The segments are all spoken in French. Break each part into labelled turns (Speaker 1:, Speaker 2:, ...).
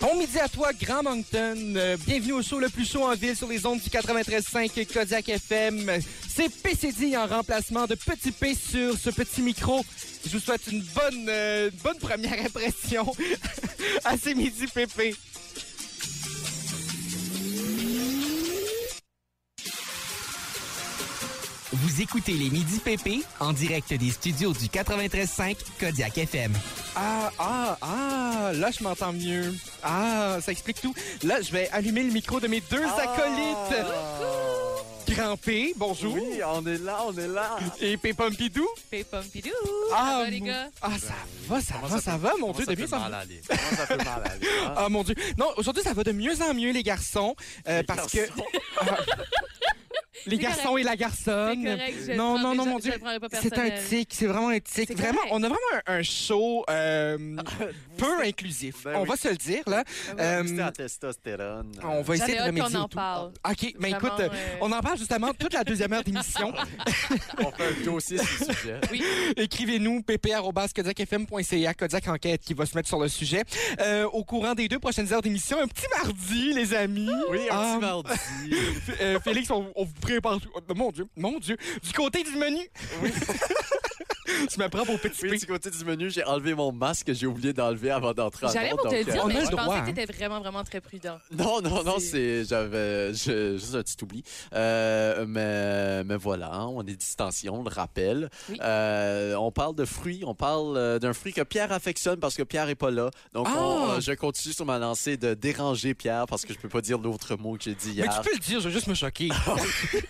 Speaker 1: Bon midi à toi, Grand Moncton. Euh, bienvenue au show le plus chaud en ville sur les ondes du 93.5 Kodiak FM. C'est PCD en remplacement de Petit P sur ce petit micro. Je vous souhaite une bonne, euh, bonne première impression à ces midi pépé.
Speaker 2: Vous écoutez les Midi PP en direct des studios du 93.5 Kodiak FM.
Speaker 1: Ah, ah, ah, là je m'entends mieux. Ah, ça explique tout. Là, je vais allumer le micro de mes deux
Speaker 2: Ah!
Speaker 3: Oh.
Speaker 1: acolytes. Grand P, bonjour.
Speaker 3: Oui, on est là, on est là.
Speaker 1: Et P. Pompidou.
Speaker 4: Pé Pompidou!
Speaker 1: Ah,
Speaker 4: Ça va, les
Speaker 1: mon-
Speaker 4: gars?
Speaker 1: Ah, ça va, ça va,
Speaker 3: Comment
Speaker 1: ça,
Speaker 3: ça
Speaker 1: va, mon
Speaker 3: Comment
Speaker 1: Dieu,
Speaker 3: ça
Speaker 1: de mieux
Speaker 3: fait
Speaker 1: en
Speaker 3: mal à aller? Comment ça fait mal à aller? hein?
Speaker 1: Ah mon dieu. Non, aujourd'hui ça va de mieux en mieux les garçons euh,
Speaker 3: Les
Speaker 1: parce
Speaker 3: garçons.
Speaker 1: que Ah. les
Speaker 4: C'est
Speaker 1: garçons
Speaker 4: correct.
Speaker 1: et la garçonne.
Speaker 4: C'est correct, je le
Speaker 1: non
Speaker 4: prends
Speaker 1: non non
Speaker 4: déjà-
Speaker 1: mon
Speaker 4: je
Speaker 1: dieu.
Speaker 4: le prendrai pas
Speaker 1: C'est un
Speaker 4: personnel.
Speaker 1: tic, c'est vraiment un tic.
Speaker 4: C'est
Speaker 1: Vraiment,
Speaker 4: correct.
Speaker 1: on a vraiment un, un show euh, peu inclusif.
Speaker 3: Ah, Ben
Speaker 1: on
Speaker 3: oui. Ah,
Speaker 1: va se le dire là. Euh,
Speaker 3: C'était la testostérone.
Speaker 1: on va essayer
Speaker 4: J'avais
Speaker 1: de
Speaker 4: hâte qu'on
Speaker 1: remédier.
Speaker 4: en
Speaker 1: au tout.
Speaker 4: parle.
Speaker 1: Ok, mais
Speaker 4: Vraiment,
Speaker 1: écoute, euh,
Speaker 4: euh,
Speaker 1: on en parle justement toute la deuxième heure d'émission.
Speaker 3: On fait un dossier sur le sujet.
Speaker 4: Oui,
Speaker 1: Écrivez-nous pp.kodiakfm.ca, Kodiak Enquête qui va se mettre sur le sujet. Euh, au courant des deux prochaines heures d'émission, un petit mardi, les amis.
Speaker 3: Oui, un
Speaker 1: Ah,
Speaker 3: petit mardi.
Speaker 1: F- euh, Félix, on, on vous prépare. tout. Oh, Mon Dieu, mon Dieu. Du côté du menu. tu m'apprends pour petit
Speaker 3: Oui,
Speaker 1: P.
Speaker 3: du côté du menu, j'ai enlevé mon masque que j'ai oublié d'enlever avant d'entrer en
Speaker 4: j'allais
Speaker 3: onde,
Speaker 4: pour te le
Speaker 3: donc,
Speaker 4: dire,
Speaker 1: on
Speaker 3: euh,
Speaker 1: a
Speaker 4: mais
Speaker 1: le
Speaker 4: je
Speaker 1: droit,
Speaker 4: pensais
Speaker 1: hein.
Speaker 4: que t'étais vraiment, vraiment très prudent.
Speaker 3: Non, non, non,
Speaker 4: C'est-
Speaker 3: c'est j'avais j'ai juste un petit oubli. Euh, mais, mais voilà, hein, on est distancié, on le rappelle.
Speaker 4: Oui.
Speaker 3: Euh, on parle de fruits, on parle euh, d'un fruit que Pierre affectionne parce que Pierre est pas là. Donc on-
Speaker 1: Ah!
Speaker 3: euh, je continue sur ma lancée de déranger Pierre parce que je peux pas dire l'autre mot que j'ai dit
Speaker 1: Mais
Speaker 3: hier.
Speaker 1: tu peux le dire, je vais juste me choquer.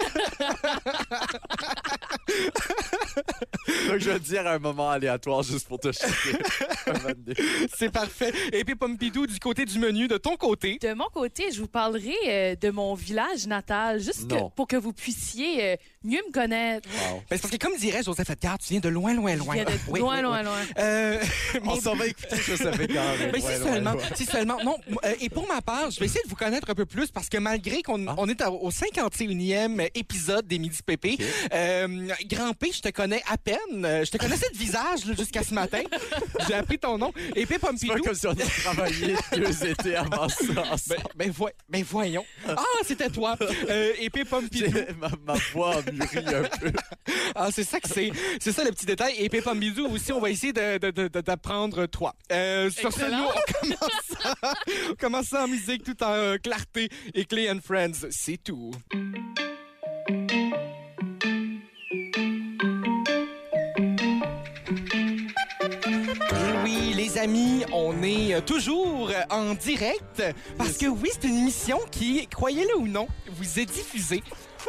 Speaker 3: Donc je vais le dire à un moment aléatoire juste pour te choquer. Un moment donné.
Speaker 1: C'est parfait. Et puis Pompidou, du côté du menu, de ton côté.
Speaker 4: De mon côté, je vous parlerai euh, de mon village natal, juste que-
Speaker 3: Non.
Speaker 4: pour que vous puissiez euh, mieux me connaître.
Speaker 3: Wow.
Speaker 1: Ben, c'est parce que comme dirait Joseph Edgar, tu viens de loin, loin,
Speaker 4: Je
Speaker 1: loin.
Speaker 4: viens de
Speaker 1: Oui,
Speaker 4: loin,
Speaker 1: oui,
Speaker 4: loin, loin.
Speaker 1: oui. Euh, mon
Speaker 3: On s'en va écouter, je savais quand même.
Speaker 1: Mais Ben, si
Speaker 3: Ouais, ouais,
Speaker 1: seulement,
Speaker 3: ouais.
Speaker 1: si seulement. Non, euh, et pour ma part, je vais essayer de vous connaître un peu plus parce que malgré qu'on
Speaker 3: Ah.
Speaker 1: on est à- au 51e épisode des Midi Pépé,
Speaker 3: Ok.
Speaker 1: euh, Grand P, je te connais à peine. Euh, Je te connaissais de visage là, jusqu'à ce matin. J'ai appris ton nom. Et puis
Speaker 3: C'est pas
Speaker 1: Pompidou.
Speaker 3: comme si on a travaillé deux étés avant ça. ensemble.
Speaker 1: Ben, ben, voy- ben voyons. Ah, c'était toi. Euh, et puis Pompidou.
Speaker 3: J'ai- ma, ma voix a mûri un peu.
Speaker 1: Ah, c'est ça que c'est. C'est ça le petit détail. Et puis Pompidou aussi, on va essayer de- de- de- de- d'apprendre toi. Euh, sur ce,
Speaker 4: Excellent.
Speaker 1: nous, on commence, ça, on commence ça en musique tout en euh, clarté. Et Clay and Friends, c'est tout. Et oui, les amis, on est euh, toujours euh, en direct parce que oui, c'est une émission qui, croyez-le ou non, vous est diffusée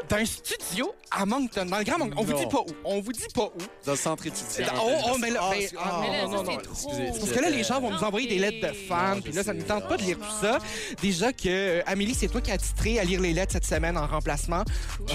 Speaker 1: d'un studio à Moncton, dans le Grand Moncton. On vous
Speaker 3: Non.
Speaker 1: dit pas où. On vous dit pas où.
Speaker 3: Dans le centre étudiant.
Speaker 1: Oh, oh, mais là, ben, ah,
Speaker 4: Mais là,
Speaker 1: non,
Speaker 4: ça,
Speaker 1: non,
Speaker 4: c'est
Speaker 1: non,
Speaker 4: trop.
Speaker 3: excusez.
Speaker 1: Parce que là, les gens vont nous
Speaker 4: Non,
Speaker 1: envoyer des lettres de
Speaker 4: mais-
Speaker 1: fans,
Speaker 3: Non,
Speaker 1: puis
Speaker 3: je
Speaker 1: là, ça
Speaker 3: sais.
Speaker 1: nous tente pas de lire tout ça.
Speaker 4: Franchement.
Speaker 1: Déjà que euh, Amélie, c'est toi qui as titré à lire les lettres cette semaine en remplacement.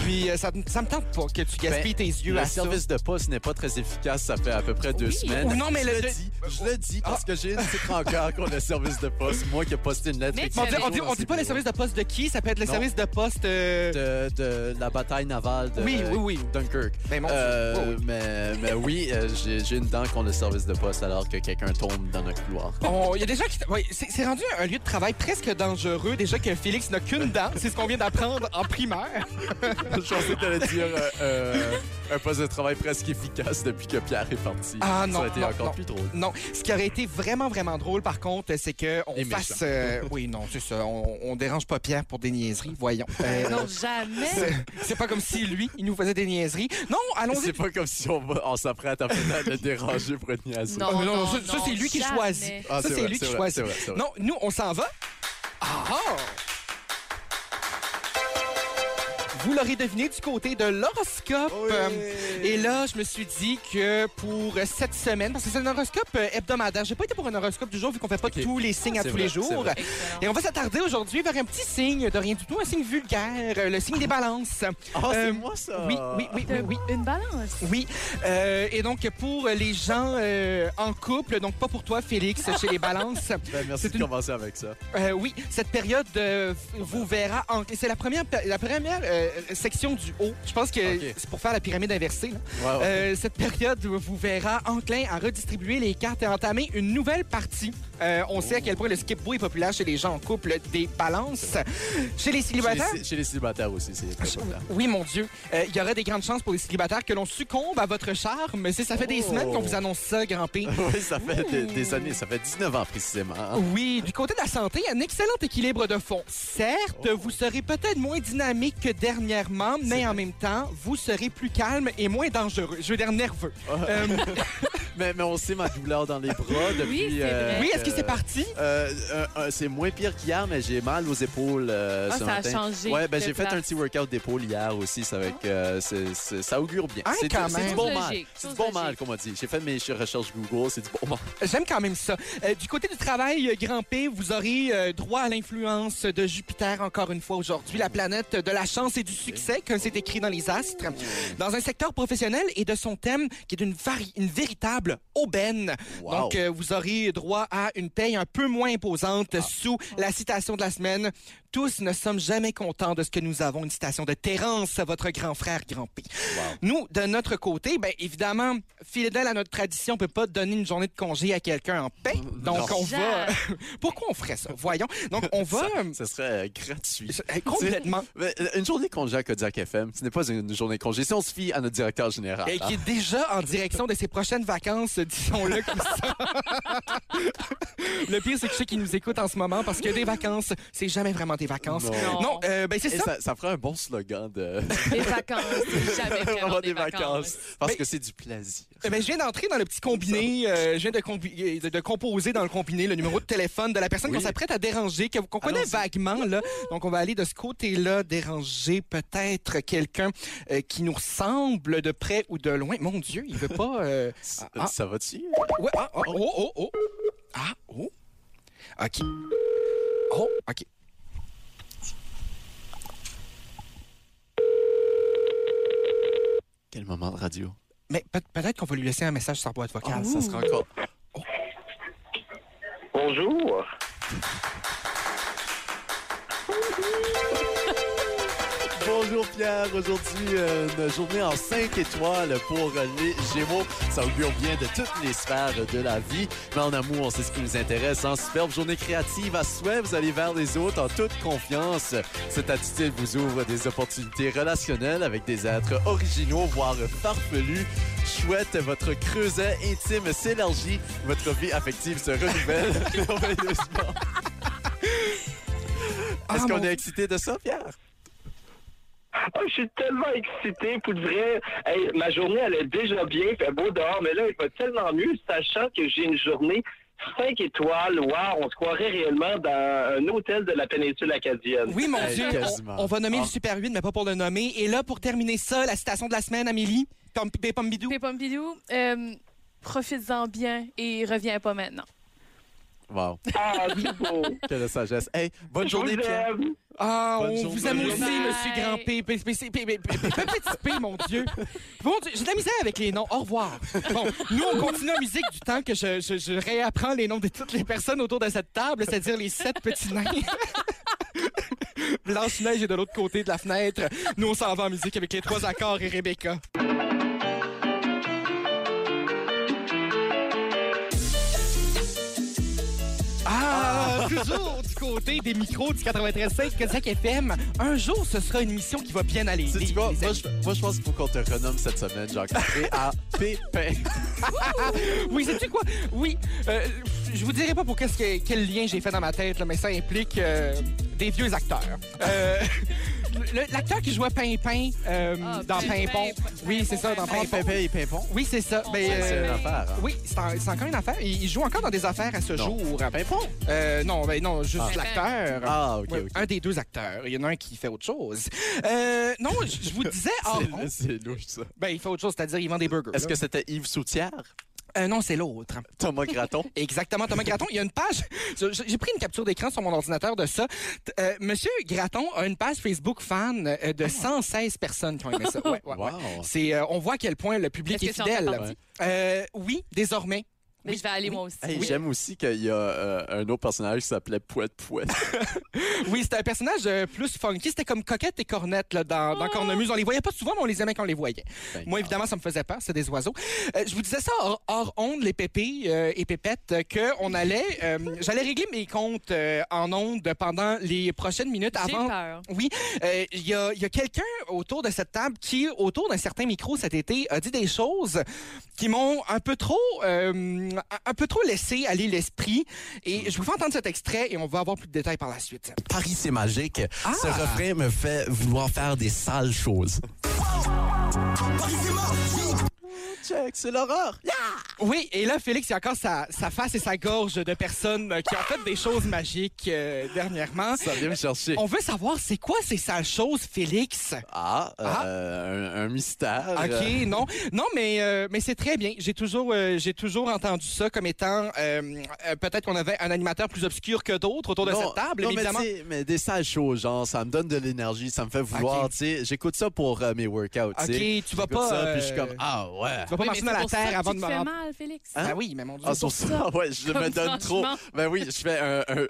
Speaker 1: Puis euh, ça, ça me tente pas que tu gaspilles tes yeux à
Speaker 3: Ben, Le
Speaker 1: ça.
Speaker 3: service de poste n'est pas très efficace, ça fait à peu près deux
Speaker 4: Oui.
Speaker 3: semaines.
Speaker 1: Ou non, mais
Speaker 3: je
Speaker 1: le- Ah.
Speaker 3: le dis, je le dis parce que j'ai une petite rancœur contre le service de poste. Moi qui ai posté une lettre.
Speaker 4: Mais
Speaker 1: Mais On dit,
Speaker 3: écrite
Speaker 1: on dit- on dit pas le service de poste de qui, ça peut être le
Speaker 3: Non.
Speaker 1: service de poste... euh,
Speaker 3: de, de la bataille navale de
Speaker 1: Oui, oui, oui.
Speaker 3: Dunkirk.
Speaker 1: Ben, mon Dieu.
Speaker 3: Euh,
Speaker 1: Oh, oui.
Speaker 3: mais, mais oui, euh, j'ai j'ai une dent contre le service de poste alors que quelqu'un tombe dans un couloir.
Speaker 1: Oh, On- Il y a des gens qui. ouais, c'est c'est rendu un lieu de travail presque dangereux. Déjà que Félix n'a qu'une dent. C'est ce qu'on vient d'apprendre en primaire.
Speaker 3: Je pensais que t'allais dire euh, euh, un poste de travail presque efficace depuis que Pierre est parti.
Speaker 1: Ah, non,
Speaker 3: Ça a été
Speaker 1: non,
Speaker 3: encore
Speaker 1: non.
Speaker 3: plus drôle.
Speaker 1: Non. Ce qui aurait été vraiment, vraiment drôle, par contre, c'est qu'on
Speaker 3: Les
Speaker 1: fasse.
Speaker 3: méchants.
Speaker 1: euh, oui, non, c'est ça. On, on dérange pas Pierre pour des niaiseries. Voyons. Euh,
Speaker 4: Non, jamais.
Speaker 1: c'est- C'est pas comme si lui, il nous faisait des niaiseries. Non, allons-y.
Speaker 3: C'est pas comme si on, va- on s'apprête à peut-être le déranger pour être niaiseux.
Speaker 4: Non,
Speaker 1: Ah, mais
Speaker 4: non,
Speaker 1: ça, ça,
Speaker 4: non,
Speaker 1: c'est lui qui
Speaker 4: jamais.
Speaker 1: choisit.
Speaker 3: Ah,
Speaker 1: ça,
Speaker 3: c'est
Speaker 1: c'est
Speaker 3: vrai,
Speaker 1: lui
Speaker 3: c'est
Speaker 1: qui
Speaker 3: vrai,
Speaker 1: choisit.
Speaker 3: c'est vrai, c'est vrai.
Speaker 1: Non, nous, on s'en va. Ah! ah. Vous l'aurez deviné du côté de l'horoscope. Euh, Et là, je me suis dit que pour euh, cette semaine, parce que c'est un horoscope euh, hebdomadaire, j'ai pas été pour un horoscope du jour vu qu'on fait pas
Speaker 3: Ok.
Speaker 1: tous les signes à
Speaker 3: C'est
Speaker 1: tous
Speaker 3: vrai,
Speaker 1: les
Speaker 3: c'est
Speaker 1: jours.
Speaker 3: vrai.
Speaker 4: Excellent.
Speaker 1: Et on va s'attarder aujourd'hui vers un petit signe de rien du tout, un signe vulgaire, euh, le signe des balances.
Speaker 3: Ah, c'est
Speaker 1: Euh,
Speaker 3: moi ça!
Speaker 1: Oui, oui, Eh oui, oui, oui.
Speaker 4: Une balance.
Speaker 1: Oui, Euh, et donc pour les gens euh, en couple, donc pas pour toi Félix, chez les balances,
Speaker 3: Ben, merci
Speaker 1: C'est
Speaker 3: de
Speaker 1: une-
Speaker 3: commencer avec ça.
Speaker 1: euh, oui, cette période euh, vous verra en... C'est la première, pe- la première euh, section du haut. Je pense que
Speaker 3: Ok.
Speaker 1: c'est pour faire la pyramide inversée. là.
Speaker 3: Ouais, ouais.
Speaker 1: Euh, cette période vous verra enclin à redistribuer les cartes et entamer une nouvelle partie. Euh, on sait à quel point le skip est populaire chez les gens en couple des balances. Chez les
Speaker 3: Chez les-
Speaker 1: célibataires,
Speaker 3: Chez les célibataires aussi, c'est
Speaker 1: Ah,
Speaker 3: très populaire.
Speaker 1: oui, mon Dieu. Euh, Il y aurait des grandes chances pour les célibataires que l'on succombe à votre charme. C'est- Ça fait des
Speaker 3: Oh.
Speaker 1: semaines qu'on vous Mmh. annonce ça, Grand P.
Speaker 3: Oui, ça fait des, des années, ça fait 19 ans précisément. hein.
Speaker 1: Oui, du côté de la santé, un excellent équilibre de fond. Certes,
Speaker 3: Oh.
Speaker 1: vous serez peut-être moins dynamique que dernièrement, mais en même temps, vous serez plus calme et moins dangereux. Je veux dire nerveux. Euh,
Speaker 3: Mais, mais on sait ma douleur dans les bras depuis.
Speaker 4: Oui, c'est vrai.
Speaker 1: oui, est-ce que c'est parti?
Speaker 3: euh, euh, euh, c'est moins pire qu'hier, mais j'ai mal aux épaules euh,
Speaker 4: Ah,
Speaker 3: ce
Speaker 4: ça a
Speaker 3: matin.
Speaker 4: changé
Speaker 3: Ouais, ben
Speaker 4: de
Speaker 3: j'ai fait
Speaker 4: place.
Speaker 3: un petit workout d'épaule hier aussi. c'est Avec, euh, c'est- c'est- ça augure bien.
Speaker 1: Ah,
Speaker 3: c'est du,
Speaker 1: quand
Speaker 3: c'est du
Speaker 1: même.
Speaker 3: bon
Speaker 4: Chose
Speaker 3: mal.
Speaker 4: logique,
Speaker 3: C'est du
Speaker 4: chose
Speaker 3: bon mal,
Speaker 4: logique.
Speaker 3: comme on dit. J'ai fait mes recherches Google, c'est du bon mal.
Speaker 1: J'aime quand même ça. Euh, du côté du travail, euh, Grand P, vous aurez euh, droit à l'influence de Jupiter encore une fois aujourd'hui, la planète de la chance et du succès, comme c'est écrit dans les astres, dans un secteur professionnel et de son thème qui est d'une vari- une véritable aubaine.
Speaker 3: Wow.
Speaker 1: Donc, euh, vous aurez droit à une paye un peu moins imposante sous la citation de la semaine. Tous ne sommes jamais contents de ce que nous avons. Une citation de Terence, votre grand frère Grand P. Nous, de notre côté, ben évidemment, fidèle à notre tradition, on peut pas donner une journée de congé à quelqu'un en paix. Donc,
Speaker 3: Euh, non.
Speaker 1: on va...
Speaker 4: Jean.
Speaker 1: Pourquoi on ferait ça? Voyons. Donc, on va...
Speaker 3: Ça serait euh, gratuit.
Speaker 1: euh, Complètement.
Speaker 3: Mais, euh, Une journée de congé à Kodiak FM, ce n'est pas une journée de congé. Si on se fie à notre directeur général.
Speaker 1: Et
Speaker 3: hein.
Speaker 1: qui est déjà en direction de ses prochaines vacances, disons-le comme ça. Le pire, c'est que ceux qui nous écoutent en ce moment, parce que des vacances, c'est jamais vraiment des vacances.
Speaker 3: Non.
Speaker 1: Non, euh, ben c'est
Speaker 3: Et
Speaker 1: ça.
Speaker 3: ça, ça ferait un bon slogan de
Speaker 4: Des vacances. c'est Jamais vraiment
Speaker 3: des vacances. Parce que c'est du plaisir.
Speaker 1: Euh, ben, je viens d'entrer dans le petit combiné. euh, je viens de, combi- de- de composer dans le combiné le numéro de téléphone de la personne
Speaker 3: Oui.
Speaker 1: qu'on s'apprête à déranger, que- qu'on connaît
Speaker 3: Allons-y.
Speaker 1: vaguement. Là. Donc, on va aller de ce côté-là, déranger peut-être quelqu'un euh, qui nous ressemble de près ou de loin. Mon Dieu, il veut pas... euh,
Speaker 3: Ça-
Speaker 1: ah.
Speaker 3: Ça va-tu?
Speaker 1: Ouais, ah, ah, oh, oh, oh. Ah, oh. OK. Oh, OK.
Speaker 3: Quel moment de radio?
Speaker 1: Mais peut- peut-être qu'on va lui laisser un message sur boîte vocale.
Speaker 3: ça sera encore.
Speaker 5: Bonjour.
Speaker 3: Bonjour Pierre, aujourd'hui euh, une journée en 5 étoiles pour euh, les Gémeaux. Ça augure bien de toutes les sphères de la vie. Mais en amour, c'est ce qui nous intéresse. En Superbe journée créative à souhait, vous allez vers les autres en toute confiance. Cette attitude vous ouvre des opportunités relationnelles avec des êtres originaux, voire farfelus. Chouette, votre creuset intime s'élargit, votre vie affective se renouvelle merveilleusement.
Speaker 1: Ah,
Speaker 3: Est-ce qu'on
Speaker 1: mon-
Speaker 3: est excité de ça, Pierre?
Speaker 5: Ah, je suis tellement excité pour vrai. Hey, ma journée allait déjà bien, il fait beau dehors, mais là, il va tellement mieux, sachant que j'ai une journée 5 étoiles. Waouh, on se croirait réellement dans un hôtel de la péninsule acadienne.
Speaker 1: Oui, mon
Speaker 3: Hey,
Speaker 1: Dieu,
Speaker 3: quasiment.
Speaker 1: on, on va nommer
Speaker 3: Ah.
Speaker 1: le Super 8, mais pas pour le nommer. Et là, pour terminer ça, la citation de la semaine, Amélie, Tom Pipé Pompidou.
Speaker 4: Pépé Pompidou, euh, profites-en bien et reviens pas maintenant.
Speaker 3: Wow,
Speaker 5: Ah, c'est beau.
Speaker 3: quelle sagesse. Hey, bonne
Speaker 5: Je vous
Speaker 3: journée, Pierre.
Speaker 5: aime.
Speaker 1: Ah,
Speaker 3: Bonne
Speaker 1: on
Speaker 3: journée.
Speaker 1: vous aime aussi,
Speaker 4: Bye.
Speaker 1: Monsieur Grand P. P- P- P- P- P- P- Petit P, mon Dieu. Bon, Dieu, j'ai de la misère avec les noms. Au revoir. Bon, nous, on continue la musique du temps que je, je- je réapprends les noms de toutes les personnes autour de cette table, c'est-à-dire les sept petits nains. Blanche-Neige est de l'autre côté de la fenêtre. Nous, on s'en va en musique avec les trois accords et Rebecca. Ah, toujours du côté des micros du 93.5 Kodiak FM. Un jour, ce sera une émission qui va bien aller.
Speaker 3: Sais-tu quoi? Moi, je, moi, je pense qu'il faut qu'on te renomme cette semaine, Jacques-André, à Pépin.
Speaker 1: Oui, sais-tu quoi? Oui, euh, je vous dirai pas pour qu'est-ce que- quel lien j'ai fait dans ma tête, là, mais ça implique euh, des vieux acteurs. Euh, le- L'acteur qui jouait Pimpin euh,
Speaker 4: Ah,
Speaker 1: dans
Speaker 4: Pimpin,
Speaker 1: Pimpon. Oui, c'est ça, dans
Speaker 4: Pimpin,
Speaker 1: Pimpon.
Speaker 3: et Pimpon?
Speaker 1: Oui, c'est ça. Ben,
Speaker 4: Pimpon.
Speaker 1: euh,
Speaker 3: C'est une affaire, hein?
Speaker 1: oui, c'est en- c'est encore une affaire. Il il joue encore dans des affaires à ce
Speaker 3: Non.
Speaker 1: jour.
Speaker 3: Pimpon?
Speaker 1: Euh, non, ben, non, juste
Speaker 4: Ah.
Speaker 1: l'acteur.
Speaker 3: Ah, OK,
Speaker 1: Ouais,
Speaker 3: OK.
Speaker 1: Un des deux acteurs. Il y en a un qui fait autre chose. Euh, non, je je vous disais, hors
Speaker 3: C'est-
Speaker 1: honte,
Speaker 3: C'est louche, ça.
Speaker 1: ben, il fait autre chose, c'est-à-dire il vend des burgers.
Speaker 3: Est-ce
Speaker 1: là.
Speaker 3: que c'était Yves Soutière?
Speaker 1: Euh, non, c'est l'autre.
Speaker 3: Thomas Graton?
Speaker 1: Exactement, Thomas Graton. Il y a une page. je- je- J'ai pris une capture d'écran sur mon ordinateur de ça. T- euh, Monsieur Graton a une page Facebook fan euh, de 116 personnes qui ont aimé ça. Ouais, ouais, ouais.
Speaker 3: Wow.
Speaker 1: C'est, euh, on voit à quel point le public
Speaker 4: Est-ce
Speaker 1: est,
Speaker 4: que ça en fait
Speaker 1: fidèle.
Speaker 4: partie?
Speaker 1: Euh, oui, désormais.
Speaker 4: Mais je vais aller moi aussi.
Speaker 3: Hey, J'aime aussi qu'il y a euh, un autre personnage qui s'appelait Pouette Pouette.
Speaker 1: Oui, c'était un personnage euh, plus funky. C'était comme Coquette et Cornette là, dans, dans Cornemuse. On les voyait pas souvent, mais on les aimait quand on les voyait.
Speaker 3: Ben,
Speaker 1: Moi, évidemment, ça me faisait peur. C'est des oiseaux. Euh, je vous disais ça hors, hors onde, les pépés euh, et pépettes, euh, que on allait, euh, j'allais régler mes comptes euh, en onde pendant les prochaines minutes
Speaker 4: J'ai
Speaker 1: avant.
Speaker 4: peur.
Speaker 1: Oui, euh, il y a, il y a quelqu'un autour de cette table qui, autour d'un certain micro cet été, a dit des choses qui m'ont un peu trop, euh, un peu trop laissé aller l'esprit. Et je vous fais entendre cet extrait et on va avoir plus de détails par la suite.
Speaker 6: Paris, c'est magique.
Speaker 1: Ah!
Speaker 6: Ce refrain me fait vouloir faire des sales choses.
Speaker 3: Check, c'est l'horreur!
Speaker 1: Oui, et là, Félix, il y a encore sa, sa face et sa gorge de personnes qui ont fait des choses magiques euh, dernièrement.
Speaker 3: Ça vient me chercher.
Speaker 1: On veut savoir, c'est quoi ces sales choses, Félix?
Speaker 3: Ah, euh, Un, un mystère. euh,
Speaker 1: OK, non. Non, mais, euh, mais c'est très bien. J'ai toujours, euh, j'ai toujours entendu ça comme étant... euh, euh, Peut-être qu'on avait un animateur plus obscur que d'autres autour de
Speaker 3: Non,
Speaker 1: cette table,
Speaker 3: non,
Speaker 1: mais
Speaker 3: mais,
Speaker 1: évidemment.
Speaker 3: tu sais, mais des sales choses, genre, ça me donne de l'énergie, ça me fait vouloir,
Speaker 1: Ok.
Speaker 3: tu sais, j'écoute ça pour euh, mes workouts, tu
Speaker 1: OK,
Speaker 3: sais.
Speaker 1: tu vas
Speaker 3: J'écoute
Speaker 1: pas...
Speaker 3: ça,
Speaker 1: euh,
Speaker 3: puis je suis comme,
Speaker 1: Tu
Speaker 3: ah ouais!
Speaker 1: vas pas
Speaker 4: Oui, mais
Speaker 1: marcher dans
Speaker 4: c'est
Speaker 1: la
Speaker 4: pour ça
Speaker 1: terre
Speaker 4: que
Speaker 1: avant
Speaker 4: tu
Speaker 1: de
Speaker 4: te
Speaker 1: me
Speaker 4: fais
Speaker 1: rendre...
Speaker 4: mal, Félix.
Speaker 1: Ah oui, mais mon Dieu.
Speaker 3: Ah, sur ça, ouais, je me
Speaker 4: Comme
Speaker 3: donne trop.
Speaker 4: franchement.
Speaker 3: Ben oui, je fais un, un-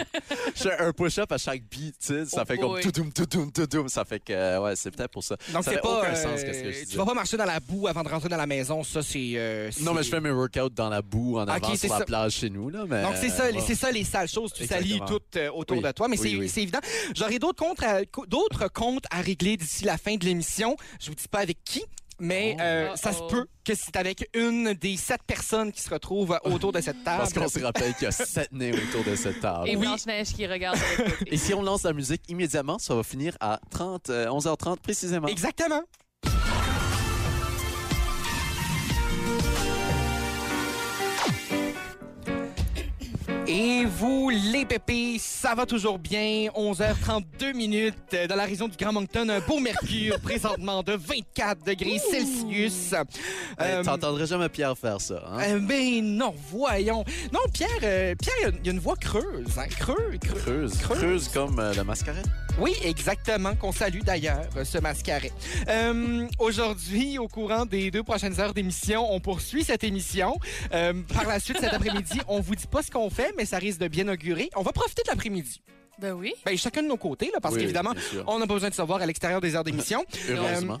Speaker 3: je fais un push-up à chaque beat, tu sais, ça
Speaker 4: Oh
Speaker 3: fait comme
Speaker 4: boy.
Speaker 3: tout tout tout tout ça fait que, euh, ouais, c'est peut-être pour ça.
Speaker 1: Donc,
Speaker 3: ça
Speaker 1: c'est
Speaker 3: fait
Speaker 1: pas...
Speaker 3: aucun
Speaker 1: euh,
Speaker 3: sens, qu'est-ce que je
Speaker 1: tu
Speaker 3: dis.
Speaker 1: vas pas marcher dans la boue avant de rentrer dans la maison, ça, c'est... euh,
Speaker 3: Non, mais je
Speaker 1: c'est-
Speaker 3: fais mes workouts dans la boue, en avant,
Speaker 1: c'est
Speaker 3: sur la
Speaker 1: ça.
Speaker 3: plage chez nous, là, mais...
Speaker 1: Donc, c'est ça, les-
Speaker 3: ouais.
Speaker 1: c'est ça les sales choses. Tu salis
Speaker 3: euh, Exactement.
Speaker 1: tout euh, autour
Speaker 3: Oui.
Speaker 1: de toi, mais
Speaker 3: Oui,
Speaker 1: c'est
Speaker 3: oui.
Speaker 1: c'est évident. J'aurai d'autres comptes à, co- d'autres comptes à régler d'ici la fin de l'émission. Je vous dis pas avec qui. Mais
Speaker 3: Oh.
Speaker 1: euh, ça se
Speaker 4: Uh-oh.
Speaker 1: peut que c'est avec une des sept personnes qui se retrouvent autour de cette table.
Speaker 3: Parce qu'on se rappelle qu'il y a sept nez autour de cette table.
Speaker 4: Et
Speaker 1: oui.
Speaker 4: Blanche-Neige qui regarde. de l'autre côté.
Speaker 3: Et si on lance la musique immédiatement, ça va finir à 30, euh, 11h30 précisément.
Speaker 1: Exactement. Et vous, les pépés, ça va toujours bien. 11h32 minutes euh, dans la région du Grand Moncton. Un beau mercure présentement de 24 degrés Celsius.
Speaker 3: Euh,
Speaker 1: Euh,
Speaker 3: T'entendrais jamais Pierre faire ça. Hein?
Speaker 1: euh, mais non, voyons. Non, Pierre, euh, Pierre, il y a une- il y a une voix creuse, hein, creux, creux. creuse.
Speaker 3: creuse. creuse. comme euh, la mascarette.
Speaker 1: Oui, exactement, qu'on salue d'ailleurs, euh, ce mascaret. Euh, Aujourd'hui, au courant des deux prochaines heures d'émission, on poursuit cette émission. Euh, par la suite, cet après-midi, on vous dit pas ce qu'on fait, mais ça risque de bien augurer. On va profiter de l'après-midi.
Speaker 4: Ben oui.
Speaker 1: Ben, chacun de nos côtés, là, parce
Speaker 3: Oui,
Speaker 1: qu'évidemment,
Speaker 3: bien sûr.
Speaker 1: on n'a pas besoin de savoir à l'extérieur des heures d'émission.
Speaker 4: Euh,
Speaker 1: Euh,
Speaker 3: Heureusement.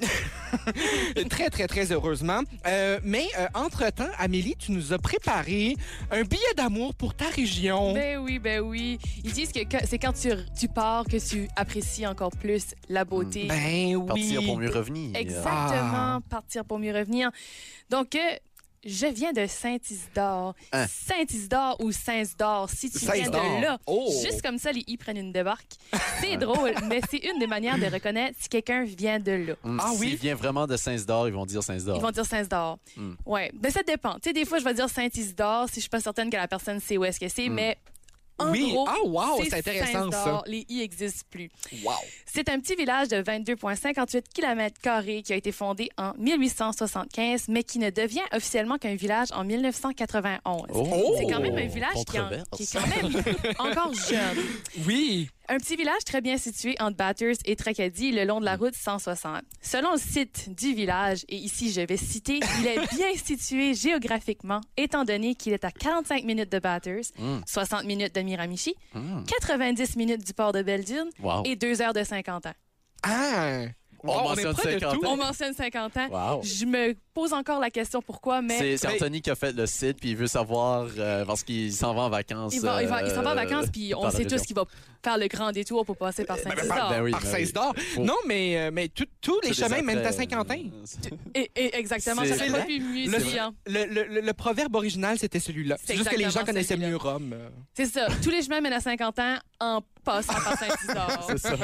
Speaker 1: très, très, très heureusement. Euh, mais euh, entre-temps, Amélie, tu nous as préparé un billet d'amour pour ta région.
Speaker 4: Ben oui, ben oui. Ils disent que que- c'est quand tu, tu pars que tu apprécies encore plus la beauté.
Speaker 1: Ben oui.
Speaker 3: Partir pour mieux revenir.
Speaker 1: Ah.
Speaker 4: Exactement, partir pour mieux revenir. Donc, euh, je viens de Saint-Isidore.
Speaker 3: Hein?
Speaker 4: Saint-Isidore ou Saint-Isidore, si tu viens
Speaker 1: Saint-Isidore.
Speaker 4: de là.
Speaker 1: Oh.
Speaker 4: Juste comme ça, les i prennent une débarque. C'est drôle, mais c'est une des manières de reconnaître si quelqu'un vient de là.
Speaker 3: Mm,
Speaker 1: Ah oui?
Speaker 3: S'il vient vraiment de Saint-Isidore, ils vont dire
Speaker 4: Ils
Speaker 3: Saint-Isidore.
Speaker 4: vont dire Saint-Isidore.
Speaker 3: Hmm.
Speaker 4: Ouais, mais ça dépend. Tu sais, des fois, je vais dire Saint-Isidore si je suis pas certaine que la personne sait où est-ce que c'est,
Speaker 3: Hmm.
Speaker 4: mais en
Speaker 1: Oui.
Speaker 4: gros,
Speaker 1: Ah, wow,
Speaker 4: c'est
Speaker 1: c'est intéressant,
Speaker 4: Saint-Isidore. Les i existent plus.
Speaker 1: Wow.
Speaker 4: C'est un petit village de 22,58 km qui a été fondé en 1875, mais qui ne devient officiellement qu'un village en 1991.
Speaker 3: Oh!
Speaker 4: C'est quand même un village qui, en-
Speaker 3: Controverse.
Speaker 4: qui est quand même encore jeune.
Speaker 1: Oui.
Speaker 4: Un petit village très bien situé entre Batters et Tracadie, le long de
Speaker 3: Mm.
Speaker 4: la route 160. Selon le site du village, et ici je vais citer, il est bien situé géographiquement, étant donné qu'il est à 45 minutes de Batters,
Speaker 3: Mm.
Speaker 4: 60 minutes de Miramichi,
Speaker 3: Mm.
Speaker 4: 90 minutes du port de Belle-Dune
Speaker 3: Wow.
Speaker 4: et 2 heures de 50 ans.
Speaker 1: Ah. Wow, on est
Speaker 3: mentionne
Speaker 1: près de
Speaker 3: 50
Speaker 1: tout.
Speaker 4: On mentionne 50 ans.
Speaker 3: Wow.
Speaker 4: Je me pose encore la question pourquoi, mais
Speaker 3: C'est c'est Anthony qui a fait le site, puis il veut savoir, euh, parce qu'il s'en va en vacances.
Speaker 4: il, va, il, va- il s'en va en
Speaker 3: euh,
Speaker 4: vacances, puis
Speaker 3: dans
Speaker 4: on
Speaker 3: la
Speaker 4: sait
Speaker 3: région.
Speaker 4: tous qu'il va faire le grand détour pour passer par Saint-Isidore.
Speaker 3: ben oui,
Speaker 1: par
Speaker 3: ben oui.
Speaker 1: Saint-Isidore.
Speaker 3: Faut-
Speaker 1: Non, mais, euh, mais tout- tous les
Speaker 3: C'est des
Speaker 1: chemins mènent à
Speaker 3: attraits,
Speaker 1: Saint-Quentin.
Speaker 3: euh, c'est-
Speaker 4: Et, et exactement,
Speaker 3: C'est
Speaker 4: j'aurais pas
Speaker 1: vrai?
Speaker 4: pu mieux
Speaker 1: Le-
Speaker 4: dire.
Speaker 1: Le, le- le- le proverbe original, c'était celui-là.
Speaker 4: C'est
Speaker 1: C'est juste que les gens
Speaker 4: exactement
Speaker 1: connaissaient
Speaker 4: celui-là.
Speaker 1: mieux Rome. euh.
Speaker 4: C'est ça. Tous les chemins mènent à 50 ans en passant par Saint-Isidore.
Speaker 3: C'est ça.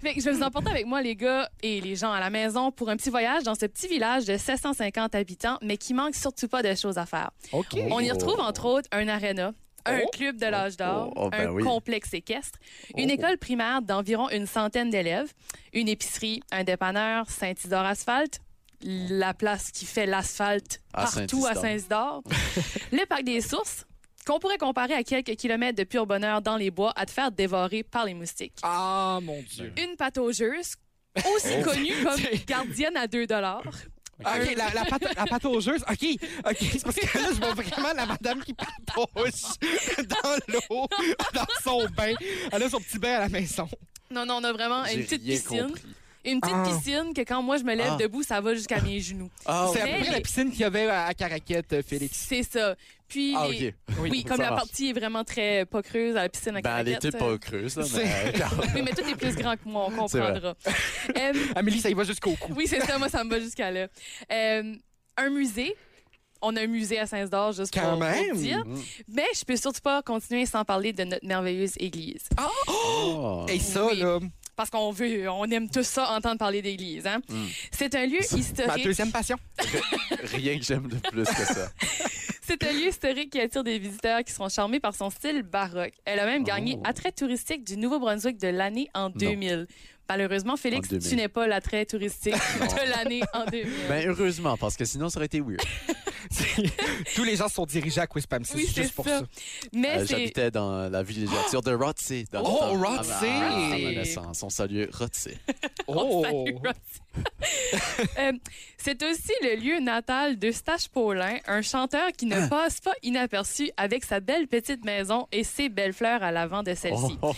Speaker 4: Fait que je vais vous emporter avec moi, les gars, et les gens à la maison pour un petit voyage dans ce petit village de 750 habitants, mais qui manque surtout pas de choses à faire.
Speaker 1: OK.
Speaker 4: On y
Speaker 3: Oh.
Speaker 4: retrouve, entre autres, un aréna, un
Speaker 1: Oh.
Speaker 4: club de l'âge d'or,
Speaker 3: Oh, oh, ben
Speaker 4: un
Speaker 3: oui.
Speaker 4: complexe équestre, une
Speaker 3: Oh.
Speaker 4: école primaire d'environ une centaine d'élèves, une épicerie, un dépanneur, Saint-Isidore Asphalte, la place qui fait l'asphalte
Speaker 3: À
Speaker 4: partout à Saint-Isidore, le parc des sources, qu'on pourrait comparer à quelques kilomètres de pur bonheur dans les bois à te faire dévorer par les moustiques.
Speaker 1: Ah, mon Dieu.
Speaker 3: Oh.
Speaker 4: Une pataugeuse, aussi connue comme
Speaker 1: C'est-
Speaker 4: gardienne à 2 dollars,
Speaker 1: Ben, OK, la, la, pâte, la pataugeuse. OK, OK. C'est parce que là, je vois vraiment la madame qui patauge dans l'eau, dans son bain. Elle a son petit bain à la maison.
Speaker 4: Non, non, on a vraiment
Speaker 3: J'ai
Speaker 4: une petite
Speaker 3: rien
Speaker 4: piscine.
Speaker 3: compris.
Speaker 4: Une petite
Speaker 1: Ah.
Speaker 4: piscine que quand moi je me lève
Speaker 3: Ah.
Speaker 4: debout, ça va jusqu'à mes genoux.
Speaker 3: Ah,
Speaker 1: C'est à
Speaker 3: ok.
Speaker 1: peu
Speaker 4: Mais
Speaker 1: près la
Speaker 4: les-
Speaker 1: piscine qu'il y avait à, à Caraquette, euh, Félix.
Speaker 4: C'est ça. Puis,
Speaker 3: Ah,
Speaker 4: les-
Speaker 3: ok.
Speaker 4: oui,
Speaker 3: Oui,
Speaker 4: comme
Speaker 3: ça
Speaker 4: la
Speaker 3: marche.
Speaker 4: partie est vraiment très pas creuse à la piscine à
Speaker 3: Ben, elle était
Speaker 4: Caraquette,
Speaker 3: pas creuse, là, mais.
Speaker 1: C'est-
Speaker 4: Oui, mais tout est plus grand que moi, on
Speaker 3: C'est vrai.
Speaker 4: comprendra. Euh,
Speaker 1: Amélie, ça y va jusqu'au cou.
Speaker 4: Oui, c'est ça, moi, ça me va jusqu'à là. Euh, un musée. On a un musée à Saint-Sauveur, juste pour,
Speaker 1: Quand
Speaker 4: pour
Speaker 1: même.
Speaker 4: dire.
Speaker 3: Mm.
Speaker 4: Mais je peux surtout pas continuer sans parler de notre merveilleuse église.
Speaker 3: Oh.
Speaker 1: Et ça,
Speaker 4: Oui.
Speaker 1: là,
Speaker 4: Parce qu'on veut, on aime tout ça, entendre parler d'église. Hein?
Speaker 3: Hmm.
Speaker 4: C'est un lieu
Speaker 1: ma
Speaker 4: historique.
Speaker 1: deuxième passion.
Speaker 3: Rien que j'aime de plus que ça.
Speaker 4: C'est un lieu historique qui attire des visiteurs qui sont charmés par son style baroque. Elle a même gagné
Speaker 3: Oh.
Speaker 4: attrait touristique du Nouveau-Brunswick de l'année en 2000. Malheureusement, Félix,
Speaker 3: En 2000.
Speaker 4: tu n'es pas l'attrait touristique de l'année en 2000.
Speaker 3: Ben, heureusement, parce que sinon, ça aurait été weird.
Speaker 1: Tous les gens sont dirigés à Quispam. C'est
Speaker 4: Oui,
Speaker 1: juste
Speaker 4: c'est
Speaker 1: pour
Speaker 4: ça.
Speaker 1: ça.
Speaker 4: Mais
Speaker 3: Euh,
Speaker 4: c'est
Speaker 3: J'habitais dans la villégiature de Rotsey. dans le
Speaker 1: Oh,
Speaker 3: temps. Ah,
Speaker 1: Rotsey!
Speaker 3: À ma- à ma naissance. On salue Rotsey.
Speaker 1: Oh!
Speaker 4: Salut, Roxy. Euh, C'est aussi le lieu natal d'Eustache Paulin, un chanteur qui
Speaker 1: Ah!
Speaker 4: ne passe pas inaperçu avec sa belle petite maison et ses belles fleurs à l'avant de celle-ci.
Speaker 1: Oh!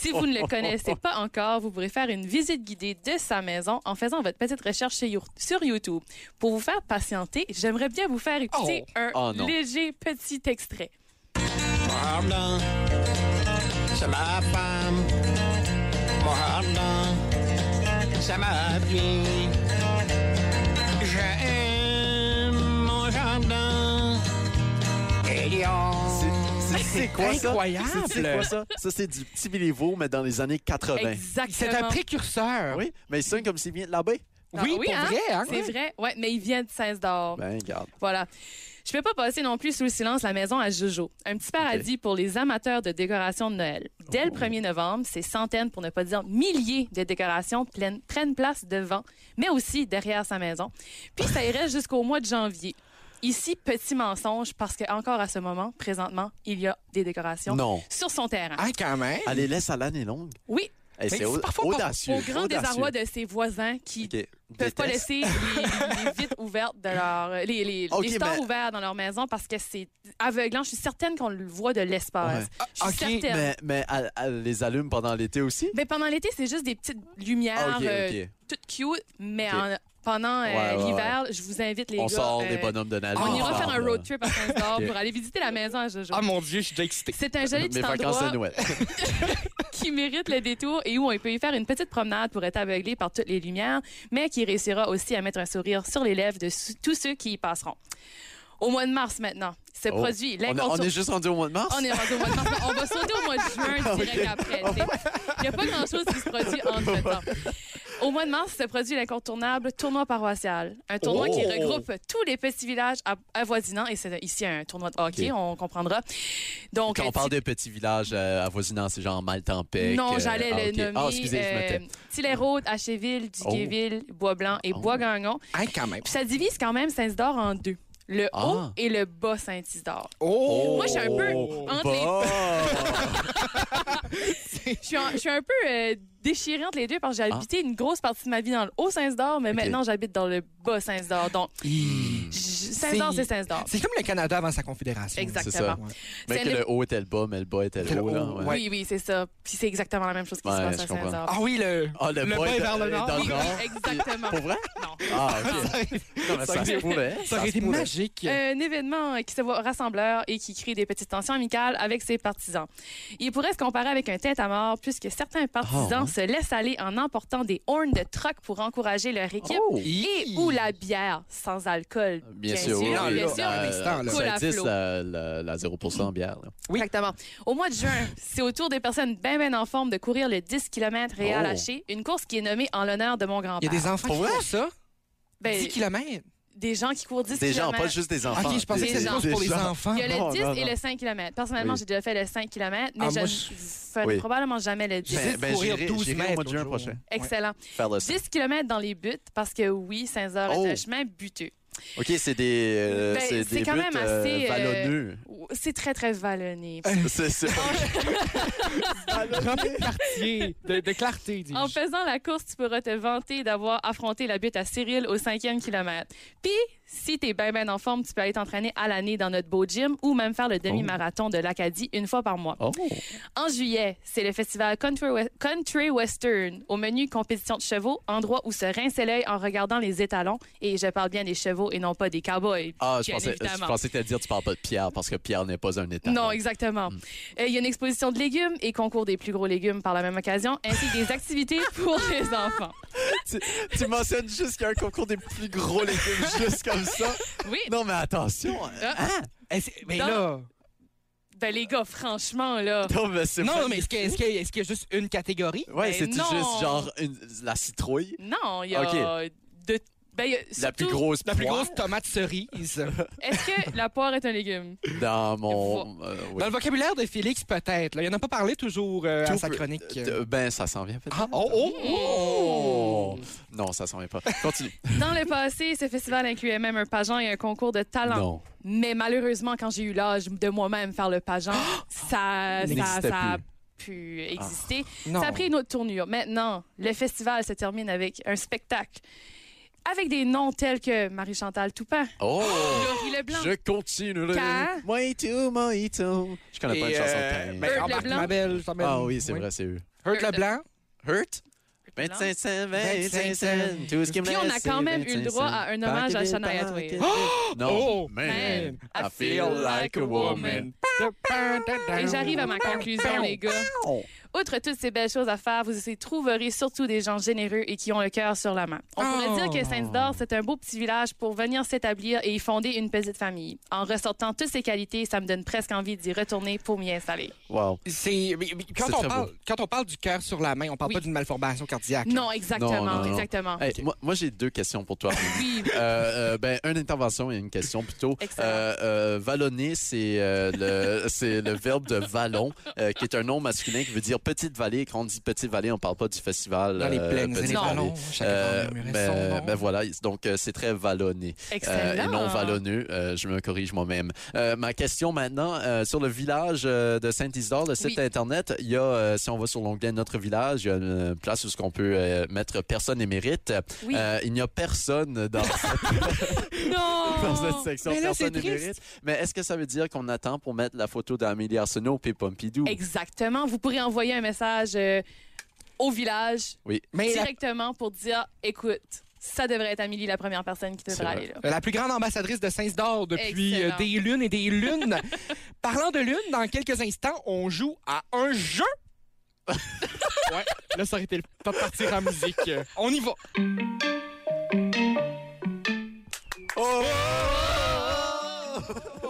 Speaker 4: Si vous ne le connaissez pas encore, vous pourrez faire une visite guidée de sa maison en faisant votre petite recherche chez You- sur YouTube. Pour vous faire patienter, j'aimerais bien vous faire écouter un
Speaker 1: Ah,
Speaker 3: Oh non.
Speaker 4: léger petit extrait.
Speaker 7: Mon blanc, c'est ma femme. Mon blanc, c'est ma vie. J'aime mon jardin. Et Lyon.
Speaker 3: C'est- c'est- C'est quoi ça?
Speaker 1: incroyable.
Speaker 3: C'est- C'est quoi ça? Ça, c'est du petit Béliveau, mais dans les années 80.
Speaker 1: Ah ben, C'est un
Speaker 4: Exactement.
Speaker 1: précurseur.
Speaker 3: Oui, mais il sonne comme s'il vient de là-bas.
Speaker 4: Ah,
Speaker 1: Oui,
Speaker 4: oui,
Speaker 1: pour
Speaker 4: hein?
Speaker 1: vrai, hein?
Speaker 4: C'est vrai, ouais, mais il vient de Saint d'or.
Speaker 3: Ben, regarde.
Speaker 4: Voilà. Je ne peux pas passer non plus sous le silence la maison à Jojo, un petit paradis pour les amateurs de décorations de Noël. Dès le 1er novembre, ces centaines, pour ne pas dire milliers de décorations pleines- prennent place devant, mais aussi derrière sa maison. Puis ça irait jusqu'au mois de janvier. Ici, petit mensonge, parce que encore à ce moment, présentement, il y a des décorations
Speaker 3: Non.
Speaker 4: sur son terrain.
Speaker 1: Ah, quand même.
Speaker 3: Allez, laisse à l'année longue.
Speaker 4: Oui,
Speaker 3: Hey,
Speaker 1: Mais c'est
Speaker 3: c'est au-
Speaker 1: parfois pas-
Speaker 3: audacieux.
Speaker 4: au grand
Speaker 3: audacieux.
Speaker 4: désarroi de ses voisins qui
Speaker 3: Ok,
Speaker 4: peuvent pas
Speaker 3: déteste.
Speaker 4: laisser les, les vitres ouvertes de leur euh, les, les,
Speaker 3: Ok,
Speaker 4: les stores
Speaker 3: mais-
Speaker 4: ouverts dans leur maison parce que c'est aveuglant. Je suis certaine qu'on le voit de l'espace.
Speaker 3: Ouais. Ah,
Speaker 4: Je suis
Speaker 1: ok,
Speaker 4: certaine. Mais...
Speaker 3: Mais, mais elle, elle les allume pendant l'été aussi?
Speaker 4: pendant l'été, c'est juste des petites lumières
Speaker 3: Ah, ok,
Speaker 4: euh,
Speaker 3: ok.
Speaker 4: toutes cute, mais
Speaker 3: Ok.
Speaker 4: en- pendant euh,
Speaker 3: Ouais, ouais,
Speaker 4: l'hiver, je vous invite les
Speaker 3: on
Speaker 4: gars.
Speaker 3: sort
Speaker 4: euh,
Speaker 3: les bonhommes de Noël.
Speaker 4: On
Speaker 1: Ah,
Speaker 4: ira
Speaker 1: ah,
Speaker 4: faire un
Speaker 3: là.
Speaker 4: road trip à Saint-Sauveur
Speaker 3: Ok.
Speaker 4: pour aller visiter la maison à Jojo.
Speaker 1: Ah, mon Dieu, je suis déjà excité.
Speaker 4: C'est un joli
Speaker 3: Mes
Speaker 4: petit
Speaker 3: vacances
Speaker 4: endroit
Speaker 3: de Noël.
Speaker 4: qui mérite le détour et où on peut y faire une petite promenade pour être aveuglé par toutes les lumières, mais qui réussira aussi à mettre un sourire sur les lèvres de sou- tous ceux qui y passeront. Au mois de mars maintenant, se
Speaker 3: Oh.
Speaker 4: produit
Speaker 3: On, a- on est
Speaker 4: l'incontournable.
Speaker 3: juste Ah rendu au mois de mars?
Speaker 4: On est rendu au mois de mars. On va sauter au mois de juin direct après. tu sais. Il n'y a pas grand-chose qui se produit
Speaker 3: Ah
Speaker 4: entre temps. Au mois de mars se produit l'incontournable tournoi paroissial. Un tournoi qui
Speaker 3: Oh!
Speaker 4: regroupe tous les petits villages a- avoisinants. Et c'est ici un tournoi de hockey,
Speaker 3: Ok.
Speaker 4: on comprendra. Donc,
Speaker 3: Quand
Speaker 4: un
Speaker 3: on parle de petits villages euh, avoisinants, c'est genre Maltempec.
Speaker 4: non,
Speaker 3: euh,
Speaker 4: j'allais
Speaker 3: ah,
Speaker 4: le
Speaker 3: ok.
Speaker 4: nommer. euh,
Speaker 3: Ah, excusez, je me tais.
Speaker 4: Tillerote, Hachéville, Duquéville, Bois-Blanc et
Speaker 3: Oh.
Speaker 4: Bois-Gagnon.
Speaker 1: Ah, quand même.
Speaker 4: Puis ça divise quand même Saint-Isidore en deux. Le
Speaker 3: Ah.
Speaker 4: haut et le bas Saint-Isidore.
Speaker 1: Oh!
Speaker 4: Moi, je suis un peu entre les
Speaker 3: Bah!
Speaker 4: Je suis, en- je suis un peu euh, déchirée entre les deux parce que j'ai
Speaker 3: Ah.
Speaker 4: habité une grosse partie de ma vie dans le haut Saint-Isidore, mais maintenant j'habite dans le bas Saint-Isidore. Donc,
Speaker 1: Hi.
Speaker 4: je- Saint-Isidore, c'est Saint-Isidore.
Speaker 1: C'est comme le Canada avant sa confédération.
Speaker 4: Exactement.
Speaker 3: C'est ça.
Speaker 1: Ouais.
Speaker 3: Mais
Speaker 4: C'est
Speaker 3: que
Speaker 4: le-
Speaker 3: le haut était le bas, mais le bas était
Speaker 1: C'est le
Speaker 3: le haut. là,
Speaker 1: haut,
Speaker 3: ouais.
Speaker 1: ouais.
Speaker 4: Oui, oui, c'est ça. Puis c'est exactement la même chose qui se
Speaker 3: Ouais,
Speaker 4: passe
Speaker 3: je
Speaker 4: à
Speaker 3: comprends.
Speaker 4: Saint-Isidore.
Speaker 1: Ah oui, le,
Speaker 3: Ah, le
Speaker 1: le
Speaker 3: bas
Speaker 1: bain
Speaker 3: est-
Speaker 1: vers le
Speaker 3: est
Speaker 1: nord.
Speaker 3: dans le
Speaker 4: Oui,
Speaker 3: nord.
Speaker 4: oui, exactement.
Speaker 3: Pour vrai?
Speaker 4: Non.
Speaker 3: Ah, OK. Non, mais ça se pourrait.
Speaker 1: Ça aurait été magique.
Speaker 4: Un événement qui se voit rassembleur et qui crée des petites tensions amicales avec ses partisans. Il pourrait se comparer avec un tête à mort puisque certains partisans
Speaker 3: Ah, ouais.
Speaker 4: se laissent aller en emportant des horns de troc pour encourager leur équipe
Speaker 3: Oh! Ah,
Speaker 4: et ou la bière sans alcool.
Speaker 3: Bien sûr,
Speaker 1: Non,
Speaker 3: oui. oui. Euh,
Speaker 4: bien
Speaker 1: là,
Speaker 4: sûr.
Speaker 1: à l'instant, là.
Speaker 3: ça
Speaker 4: Coule à
Speaker 3: existe,
Speaker 4: flot.
Speaker 3: la, la- la 0% en bière. là.
Speaker 1: Oui.
Speaker 4: Exactement. Au mois de juin, c'est au tour des personnes bien, bien en forme de courir le 10 km
Speaker 3: Oh.
Speaker 4: réel haché, une course qui est nommée en l'honneur de mon
Speaker 1: Il y
Speaker 4: grand-père.
Speaker 1: a des enfants qui
Speaker 3: Pour vrai?
Speaker 1: font ça.
Speaker 4: Ben,
Speaker 1: 10 km.
Speaker 4: des gens qui courent 10
Speaker 3: Des gens,
Speaker 4: km.
Speaker 3: pas juste des enfants.
Speaker 1: ok, je pensais
Speaker 3: des-
Speaker 1: que c'était
Speaker 4: gens.
Speaker 1: juste pour
Speaker 3: des
Speaker 1: les
Speaker 3: gens.
Speaker 1: enfants.
Speaker 4: Il y a le
Speaker 3: Non,
Speaker 4: 10
Speaker 3: non,
Speaker 4: et
Speaker 3: non.
Speaker 4: le 5 km. Personnellement,
Speaker 3: Oui.
Speaker 4: j'ai déjà fait le 5 km, mais
Speaker 1: Ah,
Speaker 4: je
Speaker 1: moi,
Speaker 4: ne
Speaker 1: je-
Speaker 4: ferai
Speaker 3: Oui.
Speaker 4: probablement jamais le 10.
Speaker 1: J'essaie
Speaker 3: Ben,
Speaker 1: de
Speaker 3: ben,
Speaker 1: courir
Speaker 3: j'irai-
Speaker 1: 12
Speaker 3: j'irai au
Speaker 1: mètres.
Speaker 3: mois de juin
Speaker 1: l'autre jour.
Speaker 3: prochain.
Speaker 1: Ouais.
Speaker 4: Excellent.
Speaker 3: Faire le
Speaker 4: 10 km dans les buts parce que oui, Saint-Heure est
Speaker 3: Oh.
Speaker 4: un chemin buteux.
Speaker 3: OK, c'est des, euh,
Speaker 4: Ben,
Speaker 3: c'est
Speaker 4: c'est
Speaker 3: des
Speaker 4: quand
Speaker 3: buts,
Speaker 4: même
Speaker 3: euh,
Speaker 4: assez, euh,
Speaker 3: vallonneux.
Speaker 4: C'est très, très vallonné.
Speaker 3: C'est- c'est-
Speaker 1: Rempli de Ah, quartier, de, de clarté, dis-je.
Speaker 4: En faisant la course, tu pourras te vanter d'avoir affronté la butte à Cyril au cinquième kilomètre. Puis, si t'es bien, ben en forme, tu peux aller t'entraîner à l'année dans notre beau gym ou même faire le demi-marathon de l'Acadie une fois par mois.
Speaker 3: Oh.
Speaker 4: En juillet, c'est le festival Country, We- Country Western. Au menu, compétition de chevaux, endroit où se rincer l'œil en regardant les étalons. Et je parle bien des chevaux et non pas des cowboys.
Speaker 3: Ah, je
Speaker 4: bien
Speaker 3: pensais, je
Speaker 4: évidemment.
Speaker 3: pensais que t'allais dire tu parles pas de Pierre parce que Pierre n'est pas un état.
Speaker 4: Non, exactement.
Speaker 3: Hmm.
Speaker 4: Euh, Il y a une exposition de légumes et concours des plus gros légumes par la même occasion, ainsi que des activités pour les enfants.
Speaker 3: Tu mentionnes juste qu'il y a un concours des plus gros légumes juste comme ça.
Speaker 4: Oui,
Speaker 3: Non, mais attention. hein.
Speaker 1: Eh, c'est- Mais
Speaker 4: Dans-
Speaker 1: là...
Speaker 4: ben les gars, franchement, là.
Speaker 3: Non, mais c'est
Speaker 1: Non,
Speaker 3: pas-
Speaker 1: mais est-ce que- est-ce que- est-ce qu'il y a juste une catégorie?
Speaker 3: Ouais,
Speaker 4: Ben
Speaker 3: c'est juste
Speaker 4: non.
Speaker 3: genre une- la citrouille,
Speaker 4: Non, il y a de. Ben, il y a
Speaker 3: la plus
Speaker 4: surtout-
Speaker 3: grosse
Speaker 1: La plus
Speaker 3: poire
Speaker 1: grosse tomate cerise.
Speaker 4: Est-ce que la poire est un légume?
Speaker 3: dans mon euh, oui.
Speaker 1: Dans le vocabulaire de Félix, peut-être. là. Il en a pas parlé toujours euh, à
Speaker 3: Tout
Speaker 1: sa
Speaker 3: peut-
Speaker 1: chronique.
Speaker 3: Euh, Ben, ça s'en vient peut-être.
Speaker 1: Ah, oh, oh,
Speaker 3: Oh! Non, ça s'en vient pas. Continue.
Speaker 4: Dans le passé, ce festival incluait même un pageant et un concours de talent.
Speaker 3: non.
Speaker 4: Mais malheureusement, quand j'ai eu l'âge de moi-même faire le pageant, ça, ça,
Speaker 3: N'existait Ah.
Speaker 4: ça a pu exister.
Speaker 1: Non.
Speaker 4: Ça a pris une autre tournure. Maintenant, le festival se termine avec un spectacle avec des noms tels que Marie-Chantal Toupin,
Speaker 3: Oh!
Speaker 4: Laurie Leblanc,
Speaker 3: Je continue.
Speaker 4: Quand-
Speaker 3: Mojito, mojito. Je connais pas
Speaker 1: Et,
Speaker 3: une chanson de
Speaker 1: euh,
Speaker 3: Paris.
Speaker 1: ben,
Speaker 4: Hurt
Speaker 1: embarque
Speaker 4: Leblanc.
Speaker 1: ma belle, je t'emmène.
Speaker 3: Ah oui, c'est vrai, c'est eux.
Speaker 1: Hurt Leblanc.
Speaker 3: Hurt?
Speaker 4: Leblanc.
Speaker 3: 25 cents, 25 cents, tout ce qui me
Speaker 4: Puis on a
Speaker 3: reste,
Speaker 4: quand
Speaker 3: c'est
Speaker 4: même eu le
Speaker 3: 25
Speaker 4: droit à un
Speaker 3: cents.
Speaker 4: hommage à
Speaker 3: Party,
Speaker 4: Shania
Speaker 3: party.
Speaker 4: Twain.
Speaker 3: Non,
Speaker 1: Oh,
Speaker 3: man,
Speaker 4: man,
Speaker 3: I feel like a woman.
Speaker 4: Et j'arrive à ma conclusion, les gars. Outre toutes ces belles choses à faire, vous y trouverez surtout des gens généreux et qui ont le cœur sur la main. On
Speaker 1: Oh.
Speaker 4: pourrait dire que Sainte-Dor, c'est un beau petit village pour venir s'établir et y fonder une petite famille. En ressortant toutes ces qualités, ça me donne presque envie d'y retourner pour m'y installer.
Speaker 3: Wow.
Speaker 1: C'est mais- mais quand
Speaker 3: C'est
Speaker 1: on
Speaker 3: très
Speaker 1: parle quand on parle du cœur sur la main, on parle
Speaker 4: Oui.
Speaker 1: pas d'une malformation cardiaque.
Speaker 4: Non, exactement,
Speaker 3: non, non.
Speaker 4: exactement.
Speaker 3: Hey, moi, moi, j'ai deux questions pour toi.
Speaker 4: Oui,
Speaker 3: Euh, euh, ben, une intervention et une question plutôt.
Speaker 4: Excellent.
Speaker 3: Euh, euh, vallonner, c'est euh, le, c'est le verbe de vallon, euh, qui est un nom masculin qui veut dire petite vallée. Quand on dit petite vallée, on parle pas du festival.
Speaker 1: Dans les
Speaker 3: euh,
Speaker 1: plaines,
Speaker 3: Petite
Speaker 1: les
Speaker 4: non.
Speaker 3: Vallée.
Speaker 1: ballons, chacun
Speaker 3: Euh,
Speaker 1: murmurait son
Speaker 3: ben,
Speaker 1: nom.
Speaker 3: ben voilà, donc euh, c'est très vallonné. Euh,
Speaker 4: excellent.
Speaker 3: et non vallonneux, euh, je me corrige moi-même. Euh, ma question maintenant, euh, sur le village euh, de Saint-Isidore, le site
Speaker 4: Oui.
Speaker 3: Internet, il y a, euh, si on va sur l'onglet Notre village, il y a une place où ce qu'on peut euh, mettre personne émérite.
Speaker 4: Oui.
Speaker 3: Euh, il n'y a personne dans dans cette
Speaker 4: non!
Speaker 3: section
Speaker 1: Oh! Mais là,
Speaker 3: personne
Speaker 1: c'est triste.
Speaker 3: émérite. Mais est-ce que ça veut dire qu'on attend pour mettre la photo d'Amélie Arsenault et Pompidou?
Speaker 4: Exactement. Vous pourrez envoyer un message euh, au village
Speaker 3: Ben,
Speaker 1: Mais la-
Speaker 4: directement pour dire, écoute, ça devrait être Amélie la première personne qui devrait
Speaker 3: vrai.
Speaker 4: aller là.
Speaker 1: Euh, la, plus grande ambassadrice de Saint-Dor depuis euh,
Speaker 4: Excellent.
Speaker 1: des lunes et des lunes. Parlant de lune, dans quelques instants, on joue à un jeu. ouais, là ça aurait été le temps de partir en musique. Euh, On y va.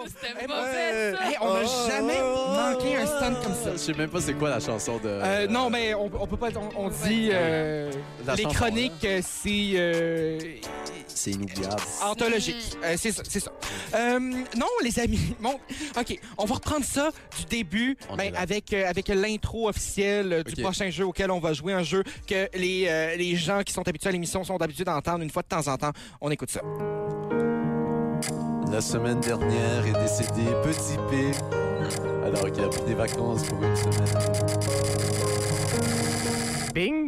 Speaker 4: C'était
Speaker 1: Eh
Speaker 4: mauvais, ça.
Speaker 1: Hey, on n'a
Speaker 3: Oh,
Speaker 1: jamais
Speaker 3: oh,
Speaker 1: manqué un
Speaker 3: oh,
Speaker 1: stand comme ça.
Speaker 3: Je sais même pas c'est quoi la chanson de.
Speaker 1: Euh, non, mais on, on peut pas. On, on dit euh,
Speaker 3: La
Speaker 1: les
Speaker 3: chanson,
Speaker 1: chroniques, euh, c'est euh,
Speaker 3: C'est inoubliable.
Speaker 1: anthologique.
Speaker 3: Mm.
Speaker 1: Euh, c'est ça, c'est ça. Euh, non, les amis. Bon, ok, on va reprendre ça du début,
Speaker 3: On y
Speaker 1: ben,
Speaker 3: va.
Speaker 1: avec euh, avec l'intro officielle euh, du
Speaker 3: Ok.
Speaker 1: prochain jeu auquel on va jouer, un jeu que les euh, les gens qui sont habitués à l'émission sont habitués d'entendre une fois de temps en temps. On écoute ça.
Speaker 3: La semaine dernière est décédé Petit P. Alors qu'il a pris des vacances pour une semaine.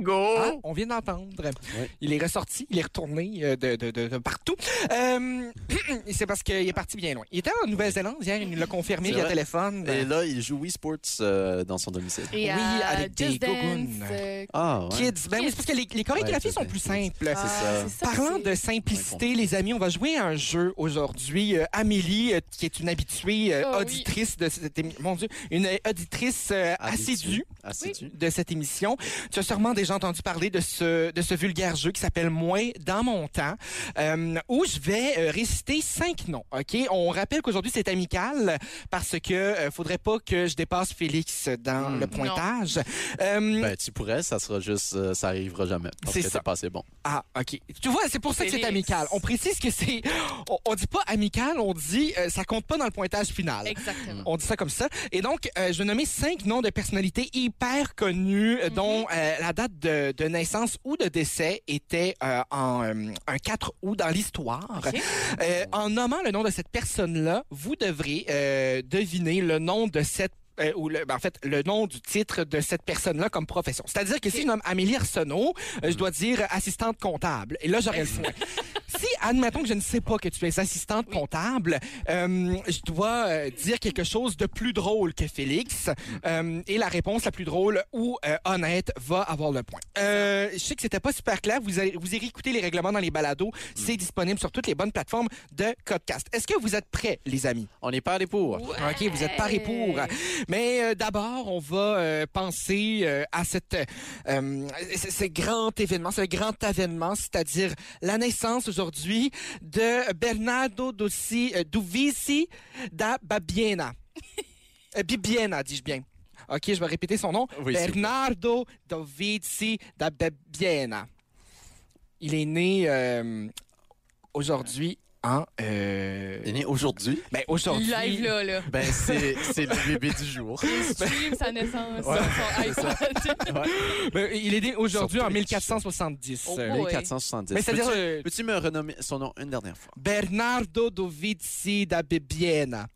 Speaker 3: Oh!
Speaker 1: Ah, on vient d'entendre.
Speaker 3: Ouais.
Speaker 1: Il est ressorti, il est retourné euh, de, de- de- de partout. Euh, c'est parce qu'il est parti bien loin. Il était en Nouvelle-Zélande hier, il nous l'a confirmé
Speaker 3: C'est
Speaker 1: via
Speaker 3: vrai.
Speaker 1: téléphone.
Speaker 3: Et là, il joue Wii Sports euh, dans son domicile.
Speaker 4: Et
Speaker 1: Oui,
Speaker 4: à
Speaker 1: avec des
Speaker 4: Just
Speaker 1: gogoons.
Speaker 4: Dance, euh,
Speaker 3: Ah, ouais.
Speaker 1: Kids. Ben oui, c'est parce que les, les chorégraphies
Speaker 3: Ouais,
Speaker 1: sont
Speaker 3: c'est
Speaker 1: plus simples.
Speaker 3: C'est ça.
Speaker 4: ah, c'est ça,
Speaker 1: Parlant
Speaker 4: c'est-
Speaker 1: de simplicité, les amis, on va jouer à un jeu aujourd'hui. Euh, Amélie, euh, qui est une habituée euh,
Speaker 4: Oh oui.
Speaker 1: auditrice de cette émission, mon Dieu, une euh, auditrice euh,
Speaker 3: Habitué.
Speaker 1: assidue
Speaker 3: Assidu.
Speaker 1: de cette émission. Tu as sûrement déjà entendu parler de ce, de ce vulgaire jeu qui s'appelle Moins dans mon temps, euh, où je vais euh, réciter cinq noms. Ok, on rappelle qu'aujourd'hui c'est amical parce que euh, faudrait pas que je dépasse Félix dans le pointage. Euh,
Speaker 3: Ben, tu pourrais, ça sera juste, euh, ça arrivera jamais. Parce
Speaker 1: C'est
Speaker 3: que
Speaker 1: ça.
Speaker 3: t'as passé bon.
Speaker 1: Ah, ok. Tu vois, c'est pour ça que c'est
Speaker 4: Félix.
Speaker 1: amical. On précise que c'est, on, on dit pas amical, on dit euh, ça compte pas dans le pointage final.
Speaker 4: Exactement.
Speaker 1: On dit ça comme ça. Et donc, euh, je vais nommer cinq noms de personnalités hyper connues, euh, dont euh, la date de, de naissance ou de décès était euh, en euh, un 4 août dans l'histoire.
Speaker 4: Ok.
Speaker 1: Euh, en nommant le nom de cette personne-là, vous devrez euh, deviner le nom de cette euh, ou le- ben, en fait le nom du titre de cette personne-là comme profession. C'est-à-dire que si je nomme Amélie Arsenault, euh, je dois dire euh, assistante comptable. Et là, j'aurais le point. Si, admettons que je ne sais pas que tu es assistante comptable, euh, je dois euh, dire quelque chose de plus drôle que Félix. Euh, et la réponse la plus drôle ou euh, honnête va avoir le point. Euh, je sais que c'était pas super clair. Vous, allez- vous irez écouter les règlements dans les balados. C'est disponible sur toutes les bonnes plateformes de Codcast. Est-ce que vous êtes prêts, les amis?
Speaker 3: On est pas des pour.
Speaker 1: OK, vous êtes parés pour. Mais euh, d'abord, on va euh, penser euh, à cette, euh, euh, ce ce grand événement, ce grand avènement, c'est-à-dire la naissance aujourd'hui de Bernardo Dossi, euh, Dovici da Babiena. Euh, Bibiena, dis-je bien. OK, je vais répéter son nom.
Speaker 3: Oui, c'est-
Speaker 1: Bernardo Dovici da Babiena. Il est né euh, aujourd'hui en... euh,
Speaker 3: Il est né aujourd'hui.
Speaker 1: ben, aujourd'hui...
Speaker 4: Live là, là.
Speaker 3: Ben, c'est c'est le bébé du jour.
Speaker 4: Stream sa naissance sur son iPad.
Speaker 1: Ben, il est né aujourd'hui en
Speaker 3: Surprise.
Speaker 1: 1470.
Speaker 4: Oh,
Speaker 1: euh,
Speaker 4: oui.
Speaker 3: 470.
Speaker 1: Mais c'est-à-dire
Speaker 3: Peux-tu-
Speaker 1: euh,
Speaker 3: Peux-tu me renommer son nom une dernière fois?
Speaker 1: Bernardo Dovici da Bibbiena.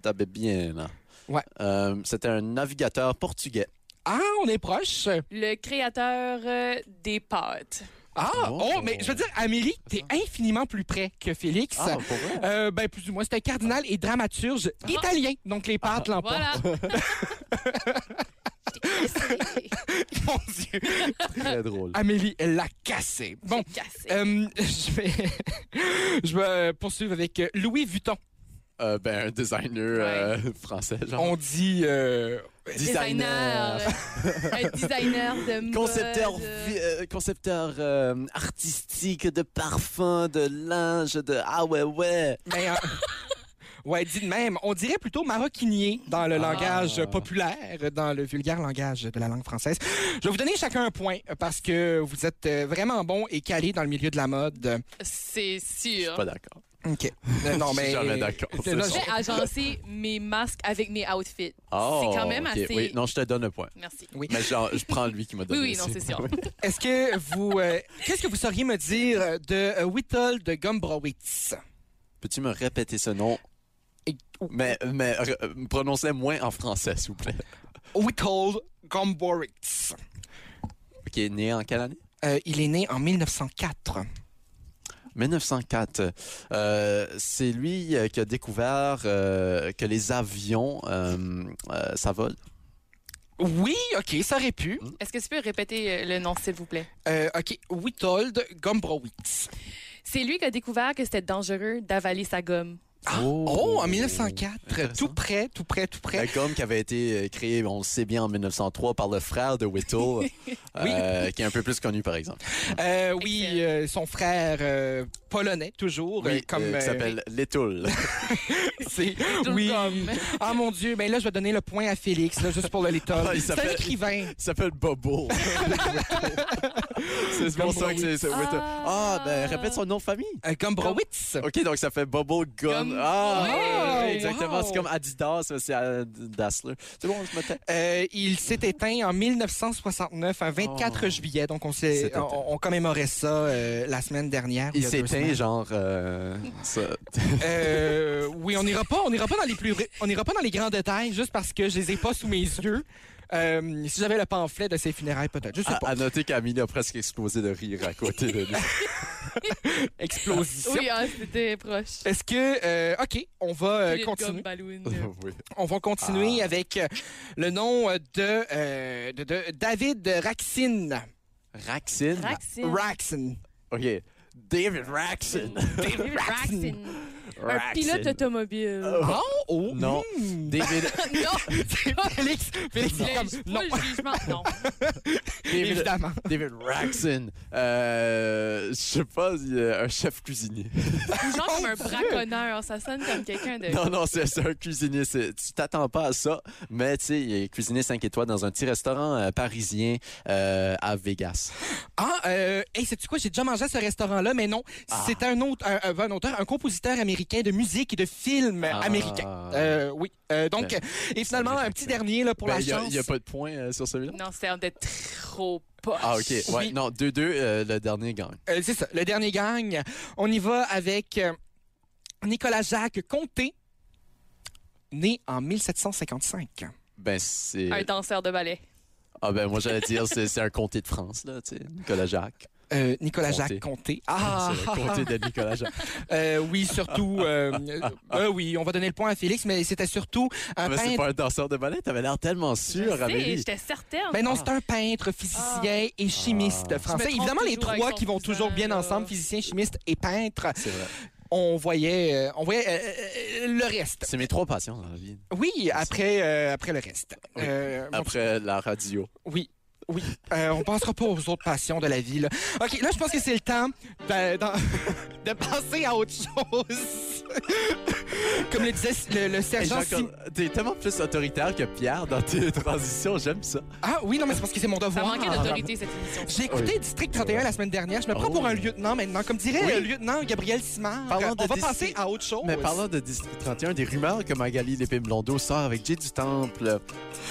Speaker 3: T'avais bien, là.
Speaker 1: Ouais.
Speaker 3: Euh, C'était un navigateur portugais.
Speaker 1: Ah, on est proche.
Speaker 4: Le créateur euh, des pâtes.
Speaker 1: Ah,
Speaker 3: Oh.
Speaker 1: oh, mais je veux dire, Amélie, t'es infiniment plus près que Félix.
Speaker 3: Ah, pour vrai?
Speaker 1: Euh, ben, plus ou moins, c'est un cardinal et dramaturge italien. Donc, les pâtes
Speaker 3: Ah.
Speaker 1: l'emportent.
Speaker 4: Voilà.
Speaker 1: Mon Dieu.
Speaker 3: Très drôle.
Speaker 1: Amélie, elle l'a cassé. Bon,
Speaker 4: Cassé.
Speaker 1: euh, je vais, je vais euh, poursuivre avec euh, Louis Vuitton.
Speaker 3: Euh, ben, un designer euh, français, genre.
Speaker 1: On dit... euh,
Speaker 4: Designer. Un designer de mode.
Speaker 3: Concepteur,
Speaker 4: euh,
Speaker 3: vi- euh, concepteur euh, artistique de parfums, de linge, de ah ouais ouais.
Speaker 1: Mais, euh, ouais, dit de même. On dirait plutôt maroquinier dans
Speaker 3: Ah.
Speaker 1: le langage populaire, dans le vulgaire langage de la langue française. Je vais vous donner chacun un point euh, parce que vous êtes euh, vraiment bon et calé dans le milieu de la mode.
Speaker 4: C'est sûr.
Speaker 3: Pas d'accord.
Speaker 1: OK. Euh, Non,
Speaker 3: Je
Speaker 1: mais.
Speaker 3: suis jamais d'accord.
Speaker 1: C'est là,
Speaker 3: C'est
Speaker 1: je-
Speaker 4: J'ai agencé mes masques avec mes outfits.
Speaker 3: Oh,
Speaker 4: c'est quand même
Speaker 3: ok,
Speaker 4: assez.
Speaker 3: Oui, non, je te donne le point.
Speaker 4: Merci.
Speaker 3: Mais genre, je prends lui qui m'a
Speaker 4: Oui,
Speaker 3: donné.
Speaker 4: oui, non, c'est sûr.
Speaker 1: Est-ce que vous. euh, Qu'est-ce que vous sauriez me dire de euh, Whittle de Gombrowitz?
Speaker 3: Peux-tu me répéter ce nom? Mais, mais euh, prononcez moins en français, s'il vous plaît.
Speaker 1: Whittle Gombrowitz.
Speaker 3: Ok, né en quelle année?
Speaker 1: Euh, il est né en 1904.
Speaker 3: 1904. Euh, c'est lui euh, qui a découvert euh, que les avions, euh, euh, ça vole.
Speaker 1: Oui, OK, ça aurait pu.
Speaker 4: Est-ce que tu peux répéter euh, le nom, s'il vous plaît?
Speaker 1: Euh, OK, Whittle Gombrowitz.
Speaker 4: C'est lui qui a découvert que c'était dangereux d'avaler sa gomme.
Speaker 1: Oh, en 1904,
Speaker 3: Intéressant.
Speaker 1: tout près, tout près, tout
Speaker 3: La
Speaker 1: près.
Speaker 3: gomme qui avait été euh, créée, on le sait bien, en 1903 par le frère de Whittle, euh, qui est un peu plus connu, par exemple.
Speaker 1: Euh, oui,
Speaker 4: Excellent.
Speaker 1: euh, son frère euh, polonais toujours, euh,
Speaker 3: Oui,
Speaker 1: comme
Speaker 3: euh, qui
Speaker 1: euh,
Speaker 3: s'appelle Letoul.
Speaker 1: c'est- oui.
Speaker 4: Gomme.
Speaker 1: Ah mon Dieu, ben là je vais donner le point à Félix, là, juste pour le little.
Speaker 3: Ah, il
Speaker 1: c'est un
Speaker 3: s'appelle-
Speaker 1: écrivain.
Speaker 3: Il s'appelle Bobo. c'est pour ça que c'est c'est Whittle.
Speaker 4: Ah.
Speaker 3: Ah, ben répète son nom de famille.
Speaker 1: Euh, Gombrowicz.
Speaker 3: Ok, donc ça fait Bobo Gun.
Speaker 4: Gum-
Speaker 3: Ah,
Speaker 1: Ouais.
Speaker 3: ouais, exactement.
Speaker 1: Wow.
Speaker 3: C'est comme Adidas, mais c'est euh, Dassler. C'est bon, je me tais.
Speaker 1: Euh, il s'est éteint en 1969, un 24
Speaker 3: Oh.
Speaker 1: juillet, donc on, s'est-
Speaker 3: C'est éteint.
Speaker 1: on, on commémorait ça euh, la semaine dernière.
Speaker 3: Il
Speaker 1: y a deux
Speaker 3: s'éteint,
Speaker 1: semaines.
Speaker 3: genre. euh, ça.
Speaker 1: Euh, oui, on n'ira pas, on n'ira pas dans les plus, on n'ira pas dans les grands détails, juste parce que je les ai pas sous mes yeux. Euh, si j'avais le pamphlet de ses funérailles, peut-être. Je sais
Speaker 4: Ah.
Speaker 3: À,
Speaker 1: pas.
Speaker 3: à noter qu'Amélie a presque explosé de rire à côté de lui.
Speaker 1: Explosition.
Speaker 4: Oui, ah, c'était proche.
Speaker 1: Est-ce que, euh, ok, on va euh,
Speaker 4: Puis les
Speaker 1: continuer.
Speaker 4: gommes ballons.
Speaker 3: Oui.
Speaker 1: On va continuer avec euh, le nom euh, de, euh, de, de David Raxin.
Speaker 3: Raxin.
Speaker 4: Raxin.
Speaker 1: Raxin.
Speaker 3: ok. David Raxin.
Speaker 4: David Raxin. Un pilote automobile.
Speaker 1: Oh, oh,
Speaker 3: Non.
Speaker 1: hmm.
Speaker 3: David,
Speaker 4: non,
Speaker 1: Félix, Félix,
Speaker 4: je
Speaker 1: c'est comme-
Speaker 4: juge
Speaker 1: non,
Speaker 4: pas le jugement. Non.
Speaker 3: David,
Speaker 1: évidemment.
Speaker 3: David Raxin. Euh, je sais pas, il est un chef cuisinier.
Speaker 4: Genre comme un braconneur. Ça sonne comme quelqu'un de.
Speaker 3: Oh, Non, non, c'est c'est un cuisinier. c'est- Tu t'attends pas à ça, mais tu sais, il est cuisinier 5 étoiles dans un petit restaurant euh, parisien euh, à Vegas.
Speaker 1: Ah, euh, hey, sais-tu quoi? J'ai déjà mangé à ce
Speaker 3: Ah.
Speaker 1: restaurant-là, mais non. C'est un autre, un, un- un auteur, un compositeur américain de musique et de films américains.
Speaker 3: Ah.
Speaker 1: Euh, oui. Euh, donc, et finalement, un petit dernier là, pour
Speaker 3: Ben,
Speaker 1: la
Speaker 3: il y a-
Speaker 1: chance.
Speaker 3: Il n'y a, pas de point euh, sur celui-là?
Speaker 4: Non, c'était un de trop poche.
Speaker 3: Ah, OK. Ouais, non, 2-2, euh, le dernier gagne.
Speaker 1: Euh, c'est ça. Le dernier gang. On y va avec euh, Nicolas Jacques Comté, né en 1755.
Speaker 3: Ben, c'est.
Speaker 4: Un danseur de ballet.
Speaker 3: Ah, ben, moi, j'allais dire, c'est c'est un comté de France, là, tu sais, Nicolas Jacques.
Speaker 1: Euh, Nicolas
Speaker 3: Comté.
Speaker 1: Jacques Comté. Ah!
Speaker 3: C'est le comté de Nicolas Jacques.
Speaker 1: Euh, oui, surtout. euh, euh, oui, on va donner le point à Félix, mais c'était surtout un
Speaker 3: Mais Ah, ben, c'est
Speaker 1: peintre.
Speaker 3: pas un danseur de ballet, t'avais l'air tellement
Speaker 4: Je
Speaker 3: sûr,
Speaker 4: sais,
Speaker 3: Amélie.
Speaker 4: J'étais certaine.
Speaker 1: Ben non, c'est un peintre, physicien
Speaker 4: Ah.
Speaker 1: et chimiste français.
Speaker 4: trompe
Speaker 1: Évidemment, les
Speaker 4: toujours avec
Speaker 1: trois
Speaker 4: son
Speaker 1: qui vont
Speaker 4: cousin,
Speaker 1: toujours bien
Speaker 4: là.
Speaker 1: ensemble, physicien, chimiste et peintre.
Speaker 3: C'est vrai.
Speaker 1: On voyait, euh, on voyait euh, euh, le reste.
Speaker 3: C'est mes trois passions dans la vie.
Speaker 1: Oui, après, euh, après le reste. Euh, mon-
Speaker 3: Après la radio.
Speaker 1: Oui. Oui, Euh, on passera pas aux autres passions de la vie. Là. OK, là, je pense que c'est le temps d'a- d'en- de, passer à autre chose. Comme le disait le, le
Speaker 3: Hey,
Speaker 1: sergent...
Speaker 3: Jean-
Speaker 1: Sim-
Speaker 3: T'es tellement plus autoritaire que Pierre dans tes transitions, j'aime ça.
Speaker 1: Ah oui, non, mais c'est parce que c'est mon
Speaker 4: Ça
Speaker 1: devoir.
Speaker 4: manquait d'autorité, cette émission.
Speaker 1: J'ai écouté District 31 la semaine dernière. Je me prends
Speaker 3: Oh.
Speaker 1: pour un lieutenant maintenant. Comme dirait
Speaker 3: Oui.
Speaker 1: le lieutenant Gabriel Simard, Euh,
Speaker 3: Parlons de
Speaker 1: on va
Speaker 3: District-
Speaker 1: passer à autre chose.
Speaker 3: Oh, Mais parlant de District 31, des rumeurs que Magali Lépine-Blondeau sort avec Jay du Temple.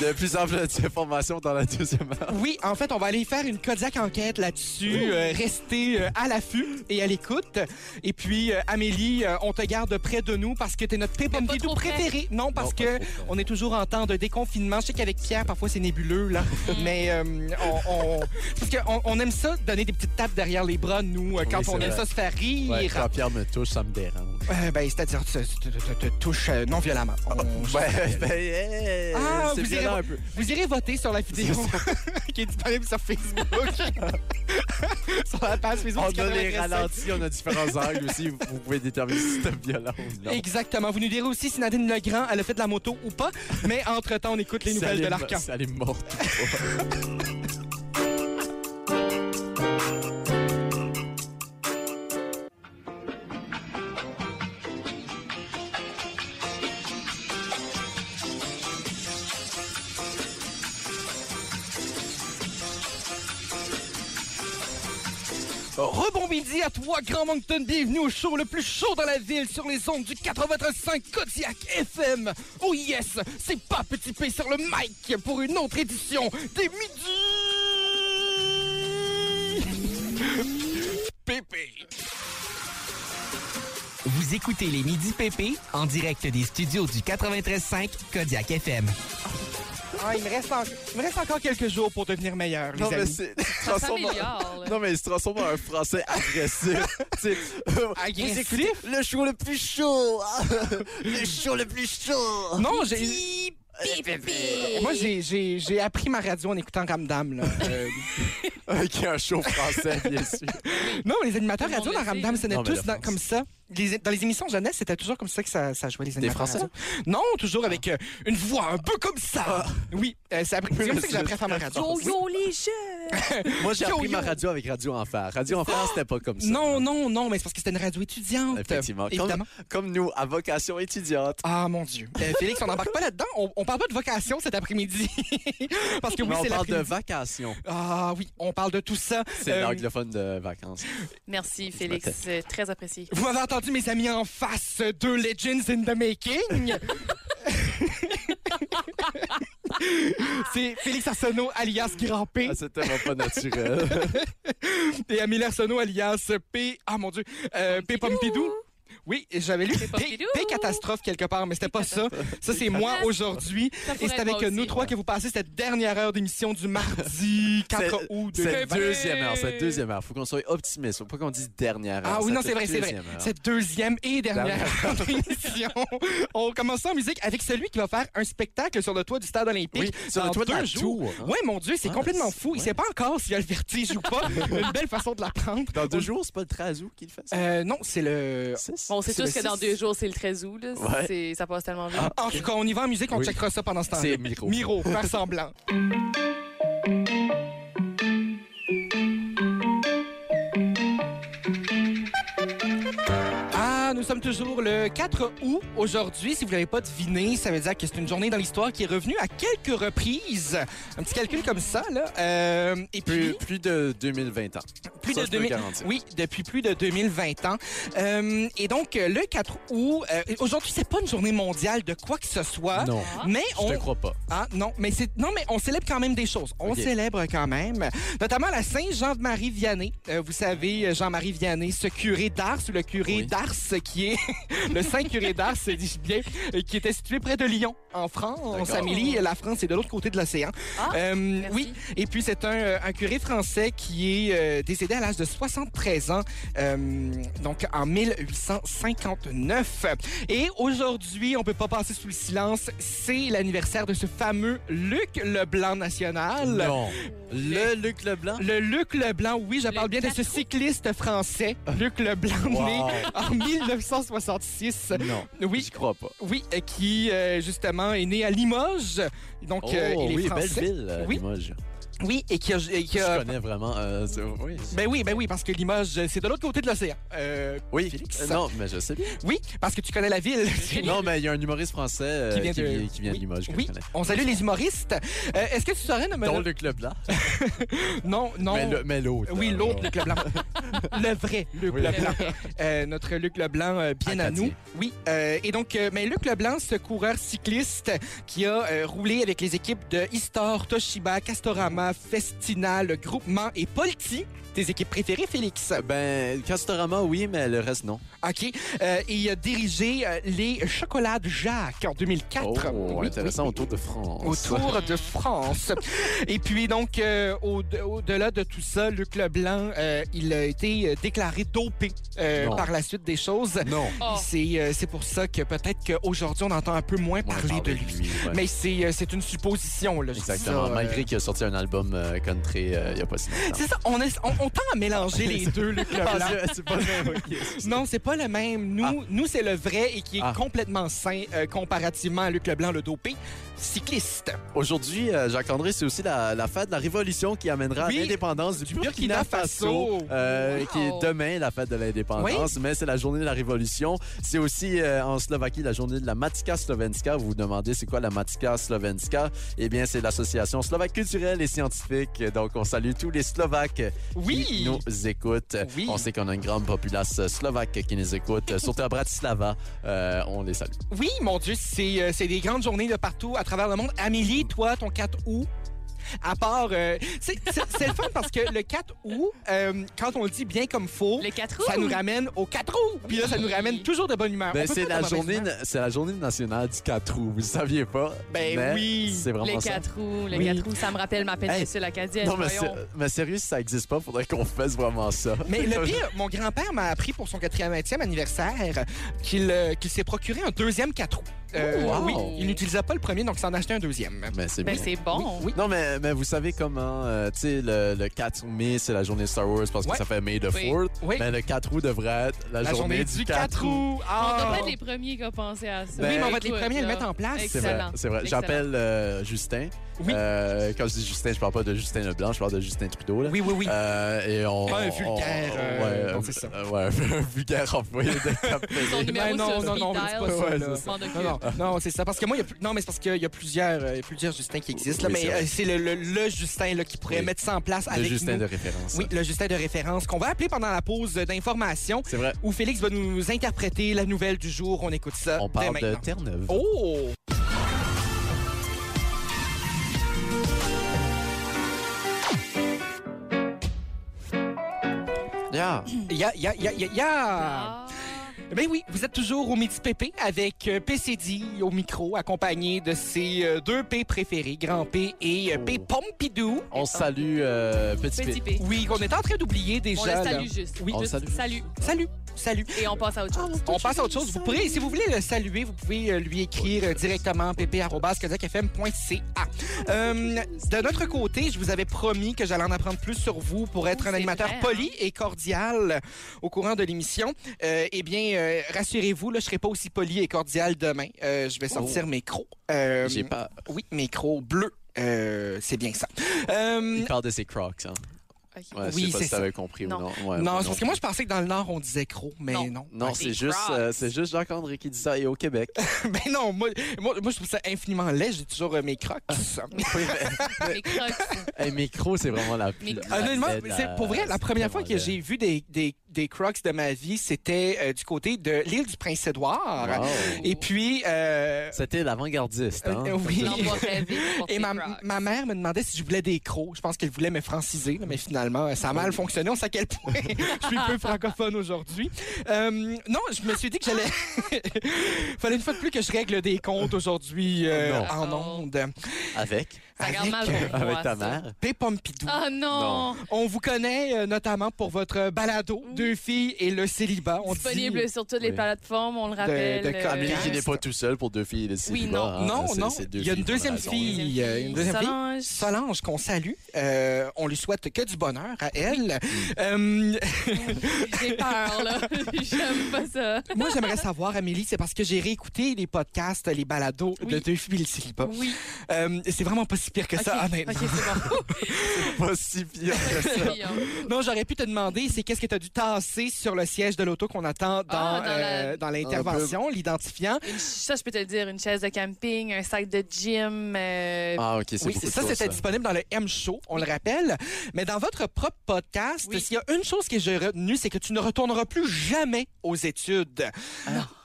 Speaker 3: De plus en plus d'informations dans la deuxième heure.
Speaker 1: Oui, en fait, on va aller faire une Kodiak enquête là-dessus. Euh, restez euh, à l'affût et à l'écoute. Et puis, euh, Amélie, euh, on te garde près de nous parce que t'es notre
Speaker 4: pas
Speaker 1: prépondidou
Speaker 4: trop près.
Speaker 1: préféré. Non, parce que on est toujours en temps de déconfinement. Je sais qu'avec Pierre, parfois, c'est nébuleux, là. Mais euh, on, on- Parce qu'on on aime ça, donner des petites tapes derrière les bras, nous, euh, quand
Speaker 3: Oui, c'est
Speaker 1: on aime
Speaker 3: vrai.
Speaker 1: ça se faire rire.
Speaker 3: Ouais, quand Pierre me touche, ça me dérange.
Speaker 1: Euh, ben, c'est-à-dire, te, te- te- te touche euh, non violemment. On-
Speaker 3: Ah, Ouais, ben, hey,
Speaker 1: Ah,
Speaker 3: c'est
Speaker 1: vous irez,
Speaker 3: violent un peu.
Speaker 1: vous irez voter sur la vidéo qui est disponible sur Facebook. sur la page Facebook.
Speaker 3: On
Speaker 1: du
Speaker 3: a les
Speaker 1: 93.
Speaker 3: ralentis, on a différents angles aussi. Vous vous pouvez déterminer si c'est violent ou non.
Speaker 1: Exactement. Vous nous direz aussi si Nadine Legrand, elle a fait de la moto ou pas. Mais entre-temps, on écoute les
Speaker 3: Ça
Speaker 1: nouvelles de
Speaker 3: allait-
Speaker 1: l'Arcan.
Speaker 3: Ça allait morte.
Speaker 1: Rebon midi à toi, Grand Moncton. Bienvenue au show le plus chaud dans la ville sur les ondes du 85 Kodiak FM. Oh yes, c'est pas Petit P sur le mic pour une autre édition des Midi Pépé.
Speaker 2: Vous écoutez les Midi PP en direct des studios du 93.5 Kodiak FM.
Speaker 1: Ah, il, me reste en- il me reste encore quelques jours pour devenir meilleur, les
Speaker 3: Non, mais
Speaker 1: amis.
Speaker 3: c'est. il se
Speaker 4: Ça
Speaker 3: transforme en-
Speaker 4: s'améliore, là.
Speaker 3: Non, mais il se transforme en un français agressif. Tu sais,
Speaker 1: Agressif?
Speaker 3: vous écoutez le show le plus chaud. le show le plus chaud.
Speaker 1: Non, j'ai. Euh, Moi, j'ai- j'ai j'ai appris ma radio en écoutant Ramdam. Là. Euh,
Speaker 3: Ok, un show français, bien sûr.
Speaker 1: non, les animateurs
Speaker 4: Tout le
Speaker 1: radio
Speaker 4: monde
Speaker 1: dans
Speaker 4: le
Speaker 1: Ramdam
Speaker 4: sait.
Speaker 1: sonnaient
Speaker 3: Non, mais
Speaker 1: tous
Speaker 3: la
Speaker 1: dans-
Speaker 3: France.
Speaker 1: comme ça. Les- dans les émissions jeunesse, c'était toujours comme ça que ça, ça jouait les animateurs.
Speaker 3: Français?
Speaker 1: radio. Non, toujours avec euh, une voix un peu comme ça.
Speaker 3: Ah.
Speaker 1: Oui, euh, c'est après- c'est comme ça que j'ai appris à faire ma radio.
Speaker 4: Yo, yo, les jeunes!
Speaker 3: Moi, j'ai
Speaker 1: Yo,
Speaker 3: appris ma
Speaker 1: yo.
Speaker 3: radio avec Radio Enfer. Radio Enfer, c'était pas comme ça.
Speaker 1: Ah! Non, non, non, mais c'est parce que c'était une radio étudiante.
Speaker 3: Effectivement.
Speaker 1: Évidemment.
Speaker 3: Comme, comme nous, à vocation étudiante.
Speaker 1: Ah mon Dieu. Euh, Félix, on n'embarque pas là-dedans. On, on parle pas de vocation cet après-midi. parce que oui,
Speaker 3: Mais on
Speaker 1: c'est
Speaker 3: parle de
Speaker 1: l'après-midi.
Speaker 3: vacation.
Speaker 1: Ah oui, on parle de tout ça.
Speaker 3: C'est
Speaker 1: Euh,
Speaker 3: l'anglophone de vacances.
Speaker 4: Merci, Félix. C'est Très apprécié.
Speaker 1: Vous m'avez entendu, mes amis, en face de Legends in the Making. C'est Félix Arsenault, alias Grand P,
Speaker 3: Ah, c'est tellement pas naturel.
Speaker 1: et Amélie Arsenault, alias P... Ah, mon Dieu, euh, P. Pompidou. Oui, j'avais lu P,
Speaker 4: Pompidou.
Speaker 1: P Catastrophe quelque part, mais c'était pas ça. Ça, c'est moi aujourd'hui.
Speaker 4: Ça pourrait
Speaker 1: Et c'est
Speaker 4: être
Speaker 1: avec
Speaker 4: moi
Speaker 1: nous
Speaker 4: aussi.
Speaker 1: trois que vous passez cette dernière heure d'émission du mardi 4 août
Speaker 3: C'est
Speaker 1: 2020.
Speaker 3: deuxième heure, c'est deuxième heure. Faut qu'on soit optimiste. Faut pas qu'on dise dernière heure.
Speaker 1: Ah oui, non, c'est
Speaker 3: Cette
Speaker 1: vrai, c'est vrai.
Speaker 3: Euh, deuxième heure.
Speaker 1: Cette deuxième et dernière émission. On commence en musique avec celui qui va faire un spectacle sur le toit du Stade olympique.
Speaker 3: Oui, sur le
Speaker 1: dans
Speaker 3: toit de
Speaker 1: deux
Speaker 3: la
Speaker 1: jours.
Speaker 3: tour, hein.
Speaker 1: Ouais, mon Dieu, c'est
Speaker 3: Ah,
Speaker 1: complètement
Speaker 3: c'est-
Speaker 1: fou. Il
Speaker 3: ouais.
Speaker 1: sait pas encore s'il a le vertige ou pas. Une belle façon de l'apprendre.
Speaker 3: Dans deux jours, c'est pas le 13 août qu'il fait ça?
Speaker 1: Euh, non, c'est le...
Speaker 3: Six?
Speaker 4: Bon, c'est
Speaker 1: C'est
Speaker 4: sûr
Speaker 1: le
Speaker 4: que dans
Speaker 1: six.
Speaker 4: deux jours, c'est le 13 août. là.
Speaker 3: Ouais.
Speaker 4: C'est- Ça passe tellement vite.
Speaker 3: Ah,
Speaker 1: En tout cas, on y va en musique, on
Speaker 3: Oui.
Speaker 1: checkera ça pendant ce temps-là.
Speaker 3: C'est Miro.
Speaker 1: Miro, faire semblant. Ah, nous sommes toujours le 4 août aujourd'hui. Si vous l'avez pas deviné, ça veut dire que c'est une journée dans l'histoire qui est revenue à quelques reprises. Un petit calcul comme ça, là. Euh, et
Speaker 3: Plus,
Speaker 1: puis,
Speaker 3: plus de 2020 ans.
Speaker 1: plus
Speaker 3: Ça,
Speaker 1: de
Speaker 3: je peux
Speaker 1: 2000
Speaker 3: garantir.
Speaker 1: Oui, depuis plus de 2020 ans. Euh, et donc, euh, le 4 août, euh, aujourd'hui, c'est pas une journée mondiale de quoi que ce soit.
Speaker 3: Non,
Speaker 1: Mais
Speaker 3: je
Speaker 1: on,
Speaker 3: te crois pas.
Speaker 1: ah non, mais c'est non mais on célèbre quand même des choses. On
Speaker 3: Ok.
Speaker 1: célèbre quand même, notamment la Saint Jean-Marie Vianney. Euh, vous savez euh, Jean-Marie Vianney, ce curé d'Ars, le curé
Speaker 3: Oui.
Speaker 1: d'Ars euh, qui est le saint curé d'Ars, dis-je bien, euh, qui était situé près de Lyon en France.
Speaker 3: D'accord.
Speaker 1: Amélie, la France est de l'autre côté de l'océan.
Speaker 4: Ah,
Speaker 1: Euh,
Speaker 4: merci.
Speaker 1: oui, et puis c'est un, euh, un curé français qui est euh, décédé à l'âge de 73 ans, euh, donc en 1859. Et aujourd'hui, on peut pas passer sous le silence, c'est l'anniversaire de ce fameux Luc Leblanc national.
Speaker 3: Non. Le Luc Leblanc?
Speaker 1: Le Luc Leblanc, oui, je parle bien de ce
Speaker 4: quatre roues.
Speaker 1: cycliste français, Luc Leblanc, né
Speaker 3: Wow.
Speaker 1: en 1966.
Speaker 3: Non,
Speaker 1: Oui.
Speaker 3: j'y crois pas.
Speaker 1: Oui, euh, qui euh, justement est né à Limoges. Donc,
Speaker 3: Oh,
Speaker 1: euh, il est
Speaker 3: oui, belle
Speaker 1: français.
Speaker 3: ville, euh,
Speaker 1: Oui.
Speaker 3: Limoges.
Speaker 1: Oui, et qui a- et qui a
Speaker 3: Je connais vraiment... euh, c'est- oui.
Speaker 1: Ben oui, ben oui, parce que Limoges, c'est de l'autre côté de l'océan. Euh,
Speaker 3: Oui,
Speaker 1: Félix?
Speaker 3: euh, non, mais je sais bien.
Speaker 1: oui, parce que tu connais la ville.
Speaker 3: Non, mais il y a un humoriste français euh,
Speaker 1: Qui vient
Speaker 3: qui
Speaker 1: de-
Speaker 3: vient, qui vient
Speaker 1: oui,
Speaker 3: de Limoges que
Speaker 1: Oui,
Speaker 3: je connais.
Speaker 1: on salue les humoristes. Euh, Est-ce que tu saurais nommer...
Speaker 3: Dont Luc Leblanc.
Speaker 1: Non, non.
Speaker 3: Mais le- Mais l'autre.
Speaker 1: Oui,
Speaker 3: hein,
Speaker 1: l'autre
Speaker 3: genre.
Speaker 1: Luc Leblanc. Le vrai Luc
Speaker 3: Oui.
Speaker 1: Leblanc. Euh, notre Luc Leblanc, euh, bien à
Speaker 3: Acadien.
Speaker 1: nous. Oui, euh, et donc, euh, mais Luc Leblanc, ce coureur cycliste qui a euh, roulé avec les équipes de Istor, Toshiba, Castorama, Festina, le Groupement et Polti, tes équipes préférées, Félix.
Speaker 3: Ben, Castorama, oui, mais le reste, non.
Speaker 1: OK. Euh, et il a dirigé euh, les Chocolats de Jacques en 2004.
Speaker 3: Oh,
Speaker 1: Oui,
Speaker 3: intéressant,
Speaker 1: oui.
Speaker 3: autour de France.
Speaker 1: Autour de France. Et puis, donc, euh, au- au-delà de tout ça, Luc Leblanc, euh, il a été euh, déclaré dopé euh,
Speaker 3: Non.
Speaker 1: par la suite des choses.
Speaker 3: Non.
Speaker 4: Oh.
Speaker 1: C'est euh, c'est pour ça que peut-être qu'aujourd'hui, on entend un peu moins
Speaker 3: Moins
Speaker 1: parler de lui.
Speaker 3: ouais.
Speaker 1: Mais c'est euh, c'est une supposition. Là, je dis ça,
Speaker 3: Exactement,
Speaker 1: euh,
Speaker 3: malgré qu'il a sorti un album euh, country euh, il n'y a pas si longtemps.
Speaker 1: C'est ça, on, est- on, on tend à mélanger les deux, Luc Leblanc.
Speaker 3: c'est pas vrai, ok.
Speaker 1: Non, c'est pas le même. Nous, nous c'est le vrai et qui est
Speaker 3: Ah.
Speaker 1: complètement sain euh, comparativement à Luc Leblanc, le dopé, cycliste.
Speaker 3: Aujourd'hui, euh, Jacques-André, c'est aussi la, la fête de la révolution qui amènera
Speaker 1: Oui,
Speaker 3: à l'indépendance du,
Speaker 1: du Burkina
Speaker 3: Burkina,
Speaker 1: Faso.
Speaker 3: Faso, euh,
Speaker 4: Wow.
Speaker 3: qui est demain la fête de l'indépendance, mais c'est la journée de la révolution. C'est aussi euh, en Slovaquie la journée de la Matica Slovenska. Vous vous demandez c'est quoi la Matica Slovenska? Eh bien, c'est l'association slovaque culturelle et scientifique. Donc, on salue tous les Slovaques qui
Speaker 1: Oui!
Speaker 3: nous écoutent.
Speaker 1: Oui.
Speaker 3: On sait qu'on a une grande populace euh, slovaque qui nous écoute, surtout à Bratislava. Euh, on les salue.
Speaker 1: Oui, mon Dieu, c'est euh, c'est des grandes journées de partout à travers le monde. Amélie, toi, ton 4 août, à part... euh, c'est c'est- c'est le fun parce que le 4 août, euh, quand on le dit bien comme faux,
Speaker 4: Le 4 août.
Speaker 1: ça nous ramène au 4 août. Puis là, ça nous ramène toujours de bonne humeur.
Speaker 3: Ben,
Speaker 1: Ah, On peut
Speaker 3: c'est
Speaker 1: pas être
Speaker 3: la
Speaker 1: de mauvaise
Speaker 3: journée,
Speaker 1: humeur.
Speaker 3: c'est la journée nationale du 4 roues. Vous ne saviez pas?
Speaker 1: Ben
Speaker 3: mais
Speaker 1: oui.
Speaker 3: C'est vraiment
Speaker 4: Les
Speaker 3: ça.
Speaker 4: quatre roues, les
Speaker 1: Oui.
Speaker 4: quatre roues, ça me rappelle ma péninsule acadienne.
Speaker 3: Non, mais,
Speaker 4: voyons.
Speaker 3: c'est- mais sérieux, si ça n'existe pas, faudrait qu'on fasse vraiment ça.
Speaker 1: Mais le pire, mon grand-père m'a appris pour son 80e anniversaire qu'il euh, qu'il s'est procuré un deuxième 4 roues. Euh,
Speaker 3: Oh, Wow.
Speaker 1: Oui, il n'utilisa pas le premier, donc il s'en a acheté un deuxième.
Speaker 3: Mais c'est
Speaker 4: Ben,
Speaker 3: bien.
Speaker 4: c'est bon.
Speaker 1: Oui,
Speaker 3: Non, mais, mais vous savez comment, euh, tu sais, le, le 4 mai, c'est la journée de Star Wars parce que
Speaker 1: Ouais.
Speaker 3: ça fait May the
Speaker 4: Oui.
Speaker 3: 4th.
Speaker 1: Oui.
Speaker 3: Mais le 4 roues devrait être la,
Speaker 1: La journée du 4
Speaker 3: roues.
Speaker 1: roues.
Speaker 4: On
Speaker 1: Ah.
Speaker 4: doit pas être les premiers qui ont pensé à ça.
Speaker 3: Ben, Oui, mais
Speaker 1: on va être les
Speaker 4: Écoute,
Speaker 1: premiers à le
Speaker 4: là.
Speaker 1: mettre en place.
Speaker 3: C'est vrai,
Speaker 4: Excellent.
Speaker 3: c'est vrai.
Speaker 4: Excellent.
Speaker 3: J'appelle euh, Justin.
Speaker 1: Oui.
Speaker 3: Euh, quand je dis Justin, je parle pas de Justin Leblanc, je parle de Justin Trudeau. Là.
Speaker 1: Oui, oui, oui.
Speaker 3: Euh, et on,
Speaker 1: Pas un
Speaker 3: on-
Speaker 1: vulgaire,
Speaker 3: on-
Speaker 1: euh,
Speaker 3: ouais,
Speaker 1: non, c'est ça.
Speaker 3: euh, ouais, un vulgaire employé de Cap
Speaker 4: Son
Speaker 3: Ferré.
Speaker 4: numéro
Speaker 1: Ben non,
Speaker 4: sur
Speaker 1: non,
Speaker 4: speed
Speaker 1: non,
Speaker 4: dial.
Speaker 1: c'est pas ça, là.
Speaker 4: M'en occupe.
Speaker 1: Non, non, non, c'est ça. Parce que moi, il y a plus... non, mais c'est parce qu'il y a plusieurs, euh, plusieurs Justins qui existent. là,
Speaker 3: Oui,
Speaker 1: mais
Speaker 3: c'est vrai.
Speaker 1: euh, c'est le, le- le Justin là, qui pourrait
Speaker 3: Oui.
Speaker 1: mettre ça en place
Speaker 3: Le
Speaker 1: avec
Speaker 3: Justin
Speaker 1: nous.
Speaker 3: de référence.
Speaker 1: Oui, le Justin de référence qu'on va appeler pendant la pause d'information
Speaker 3: C'est vrai.
Speaker 1: où Félix va nous interpréter la nouvelle du jour. On écoute ça.
Speaker 3: On
Speaker 1: dès
Speaker 3: parle de
Speaker 1: maintenant.
Speaker 3: Terre-Neuve.
Speaker 1: Oh!
Speaker 3: Yeah.
Speaker 1: Ya, ya, ya, ya, ya!
Speaker 4: Ah.
Speaker 1: Ben oui, vous êtes toujours au Midi Pépé avec euh, PCD au micro, accompagné de ses euh, deux P préférés, Grand P et euh,
Speaker 4: Oh.
Speaker 1: P Pompidou.
Speaker 3: On salue euh, Petit,
Speaker 4: Petit
Speaker 3: P.
Speaker 4: P.
Speaker 1: Oui, qu'on est en train d'oublier déjà.
Speaker 4: On le
Speaker 1: là.
Speaker 4: salue juste.
Speaker 1: Oui,
Speaker 3: on
Speaker 4: Juste
Speaker 3: salue.
Speaker 4: Salut.
Speaker 1: Salut, salut.
Speaker 4: Et on passe à autre chose.
Speaker 1: Ah, On passe à autre chose. Vous pourrez, si vous voulez le saluer, vous pouvez euh, lui écrire euh, directement pp.kodiakfm.ca. Euh, de notre côté, je vous avais promis que j'allais en apprendre plus sur vous pour être
Speaker 4: Oh,
Speaker 1: un
Speaker 4: c'est
Speaker 1: animateur
Speaker 4: vrai,
Speaker 1: poli et cordial euh, au courant de l'émission. Euh, eh bien, euh, rassurez-vous, là, je serai pas aussi poli et cordial demain. Euh, je vais sortir mes crocs. Euh,
Speaker 3: J'ai pas.
Speaker 1: Oui, mes crocs bleus. Euh, c'est bien ça. Euh,
Speaker 3: Il parle de ses Crocs. Hein.
Speaker 4: OK.
Speaker 3: Ouais, je
Speaker 1: Oui,
Speaker 3: sais pas
Speaker 1: c'est
Speaker 3: si
Speaker 1: ça.
Speaker 3: t'avais compris ou
Speaker 4: Non.
Speaker 3: non. Ouais,
Speaker 1: non,
Speaker 3: ouais,
Speaker 1: c'est parce que moi, je pensais que dans le Nord, on disait croc, mais non.
Speaker 4: Non.
Speaker 3: Non, c'est juste, euh, c'est juste Jacques-André qui dit ça, et au Québec.
Speaker 1: Mais Ben non, moi, moi, moi, je trouve ça infiniment laid. J'ai toujours euh, mes crocs.
Speaker 3: Oui, mais-
Speaker 4: Mes crocs.
Speaker 3: Hey, micro, c'est vraiment la plus.
Speaker 4: Micro.
Speaker 3: la
Speaker 1: Ah, Honnêtement,
Speaker 3: laide,
Speaker 1: c'est
Speaker 3: euh,
Speaker 1: pour vrai, la
Speaker 3: c'est
Speaker 1: première fois
Speaker 3: vraiment
Speaker 1: que
Speaker 3: laide.
Speaker 1: j'ai vu des, des, des crocs de ma vie, c'était euh, du côté de l'île du Prince-Édouard.
Speaker 3: Wow.
Speaker 1: Et puis, euh,
Speaker 3: C'était l'avant-gardiste, hein?
Speaker 1: euh, oui.
Speaker 4: L'endroit rêvé pour
Speaker 1: Et
Speaker 4: tes
Speaker 1: ma,
Speaker 4: crocs.
Speaker 1: ma mère me demandait si je voulais des crocs. Je pense qu'elle voulait me franciser, là, mais finalement, euh, ça a mal fonctionné. On sait à quel point je suis peu francophone aujourd'hui. Euh, non, je me suis dit que j'allais... Fallait une fois de plus que je règle des comptes aujourd'hui euh,
Speaker 3: Non.
Speaker 1: en
Speaker 4: Oh.
Speaker 1: ondes.
Speaker 3: Avec,
Speaker 4: Ça garde mal
Speaker 1: Avec, euh,
Speaker 4: pour moi,
Speaker 3: avec ta
Speaker 4: ça.
Speaker 3: mère.
Speaker 1: P. Pompidou.
Speaker 4: Oh non!
Speaker 1: On vous connaît euh, notamment pour votre balado Deux filles et le célibat. On dit-
Speaker 4: Disponible sur toutes les
Speaker 3: Oui.
Speaker 4: plateformes, on le rappelle. euh,
Speaker 1: de
Speaker 3: Mais
Speaker 1: Camille
Speaker 3: qui n'est pas tout seul pour deux filles. et
Speaker 4: Oui,
Speaker 3: célibat,
Speaker 4: non.
Speaker 3: hein.
Speaker 1: Euh, Non,
Speaker 3: C'est-
Speaker 1: non.
Speaker 3: c'est deux
Speaker 1: Il y a une
Speaker 3: filles dans la
Speaker 1: deuxième
Speaker 3: maison.
Speaker 1: fille. euh, une deuxième fille.
Speaker 4: Solange.
Speaker 1: Solange, qu'on salue. Euh, on lui souhaite que du bonheur à elle.
Speaker 4: Mm.
Speaker 1: Euh,
Speaker 4: J'ai peur, là. J'aime pas ça.
Speaker 1: moi, j'aimerais savoir, Amélie, c'est parce que j'ai réécouté les podcasts, les balados de
Speaker 4: Oui.
Speaker 1: Deux filles et le célibat.
Speaker 4: Oui.
Speaker 1: Euh, c'est vraiment pas si pire que ça,
Speaker 4: ok,
Speaker 1: honnêtement.
Speaker 4: ok, c'est bon. hein.
Speaker 3: Pas si pire que ça.
Speaker 4: C'est mignon.
Speaker 1: Non, j'aurais pu te demander, c'est qu'est-ce que tu as dû tasser sur le siège de l'auto qu'on attend dans,
Speaker 4: Ah, dans la-
Speaker 1: euh, dans
Speaker 3: Ah,
Speaker 1: l'intervention, l'identifiant.
Speaker 4: Une ch- ça, je peux te le dire, une chaise de camping, un sac de gym. euh,
Speaker 3: Ah, ok, c'est
Speaker 1: Oui,
Speaker 3: beaucoup de
Speaker 1: ça,
Speaker 3: choses,
Speaker 1: c'était disponible dans le M Show, on le rappelle. Mais dans votre propre podcast,
Speaker 4: Oui.
Speaker 1: s'il y a une chose que j'ai retenue, c'est que tu ne retourneras plus jamais aux études.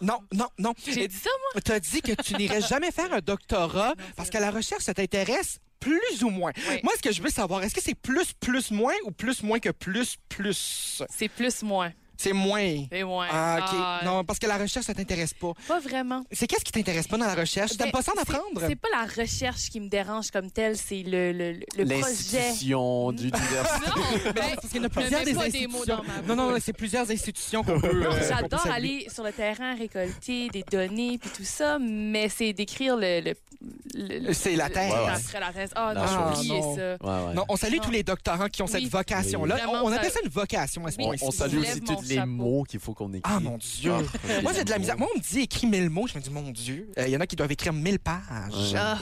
Speaker 1: Non, non, non.
Speaker 4: J'ai dit ça,
Speaker 1: Tu as dit que tu n'irais jamais faire un doctorat parce que la recherche, ça t'intéresse plus ou moins.
Speaker 4: Oui.
Speaker 1: Moi, ce que je veux savoir, est-ce que c'est plus, plus, moins ou plus, moins que plus, plus?
Speaker 4: c'est plus moins.
Speaker 1: C'est moins.
Speaker 4: C'est moins.
Speaker 1: Ah, OK.
Speaker 4: Ah,
Speaker 1: Non, parce que la recherche, ça t'intéresse pas.
Speaker 4: Pas vraiment.
Speaker 1: C'est qu'est-ce qui t'intéresse pas dans la recherche? T'aimes
Speaker 4: Ben,
Speaker 1: pas ça en
Speaker 4: c'est-
Speaker 1: apprendre?
Speaker 4: C'est pas la recherche qui me dérange comme telle, c'est le, le, le- le projet.
Speaker 3: L'institution du divers.
Speaker 4: Non, ben,
Speaker 1: Parce qu'il y en a
Speaker 4: me
Speaker 1: plusieurs
Speaker 4: mets
Speaker 1: des
Speaker 4: pas des mots
Speaker 1: institutions.
Speaker 4: dans ma
Speaker 1: non, non,
Speaker 4: bouche.
Speaker 1: non, c'est plusieurs institutions qu'on peut. euh, qu'on
Speaker 4: J'adore
Speaker 1: peut
Speaker 4: aller sur le terrain récolter des données puis tout ça, mais c'est d'écrire le, le, le- le-
Speaker 1: C'est la
Speaker 4: le-
Speaker 1: thèse.
Speaker 4: Après la thèse. Ah non,
Speaker 3: Ah,
Speaker 4: j'ai oublié
Speaker 1: non.
Speaker 4: ça.
Speaker 3: Ouais, ouais.
Speaker 1: Non, on salue
Speaker 4: Non.
Speaker 1: tous les doctorants qui ont
Speaker 4: Oui.
Speaker 1: cette vocation-là.
Speaker 4: Oui.
Speaker 1: On, on
Speaker 4: Vraiment,
Speaker 1: appelle
Speaker 4: ça-
Speaker 1: ça une vocation à ce
Speaker 4: Oui.
Speaker 3: on,
Speaker 1: point-ci.
Speaker 3: on salue
Speaker 4: Je
Speaker 3: aussi
Speaker 4: lève mon
Speaker 3: tous les
Speaker 4: chapeau.
Speaker 3: mots qu'il faut qu'on écrit.
Speaker 1: Ah, mon Dieu.
Speaker 3: Ah,
Speaker 1: Moi, j'ai de la
Speaker 3: mots.
Speaker 1: misère. Moi, on me dit écris 1000 mots. Je me dis, mon Dieu. Euh, Il y en a qui doivent écrire 1000 pages.
Speaker 3: Ouais.
Speaker 4: Ah.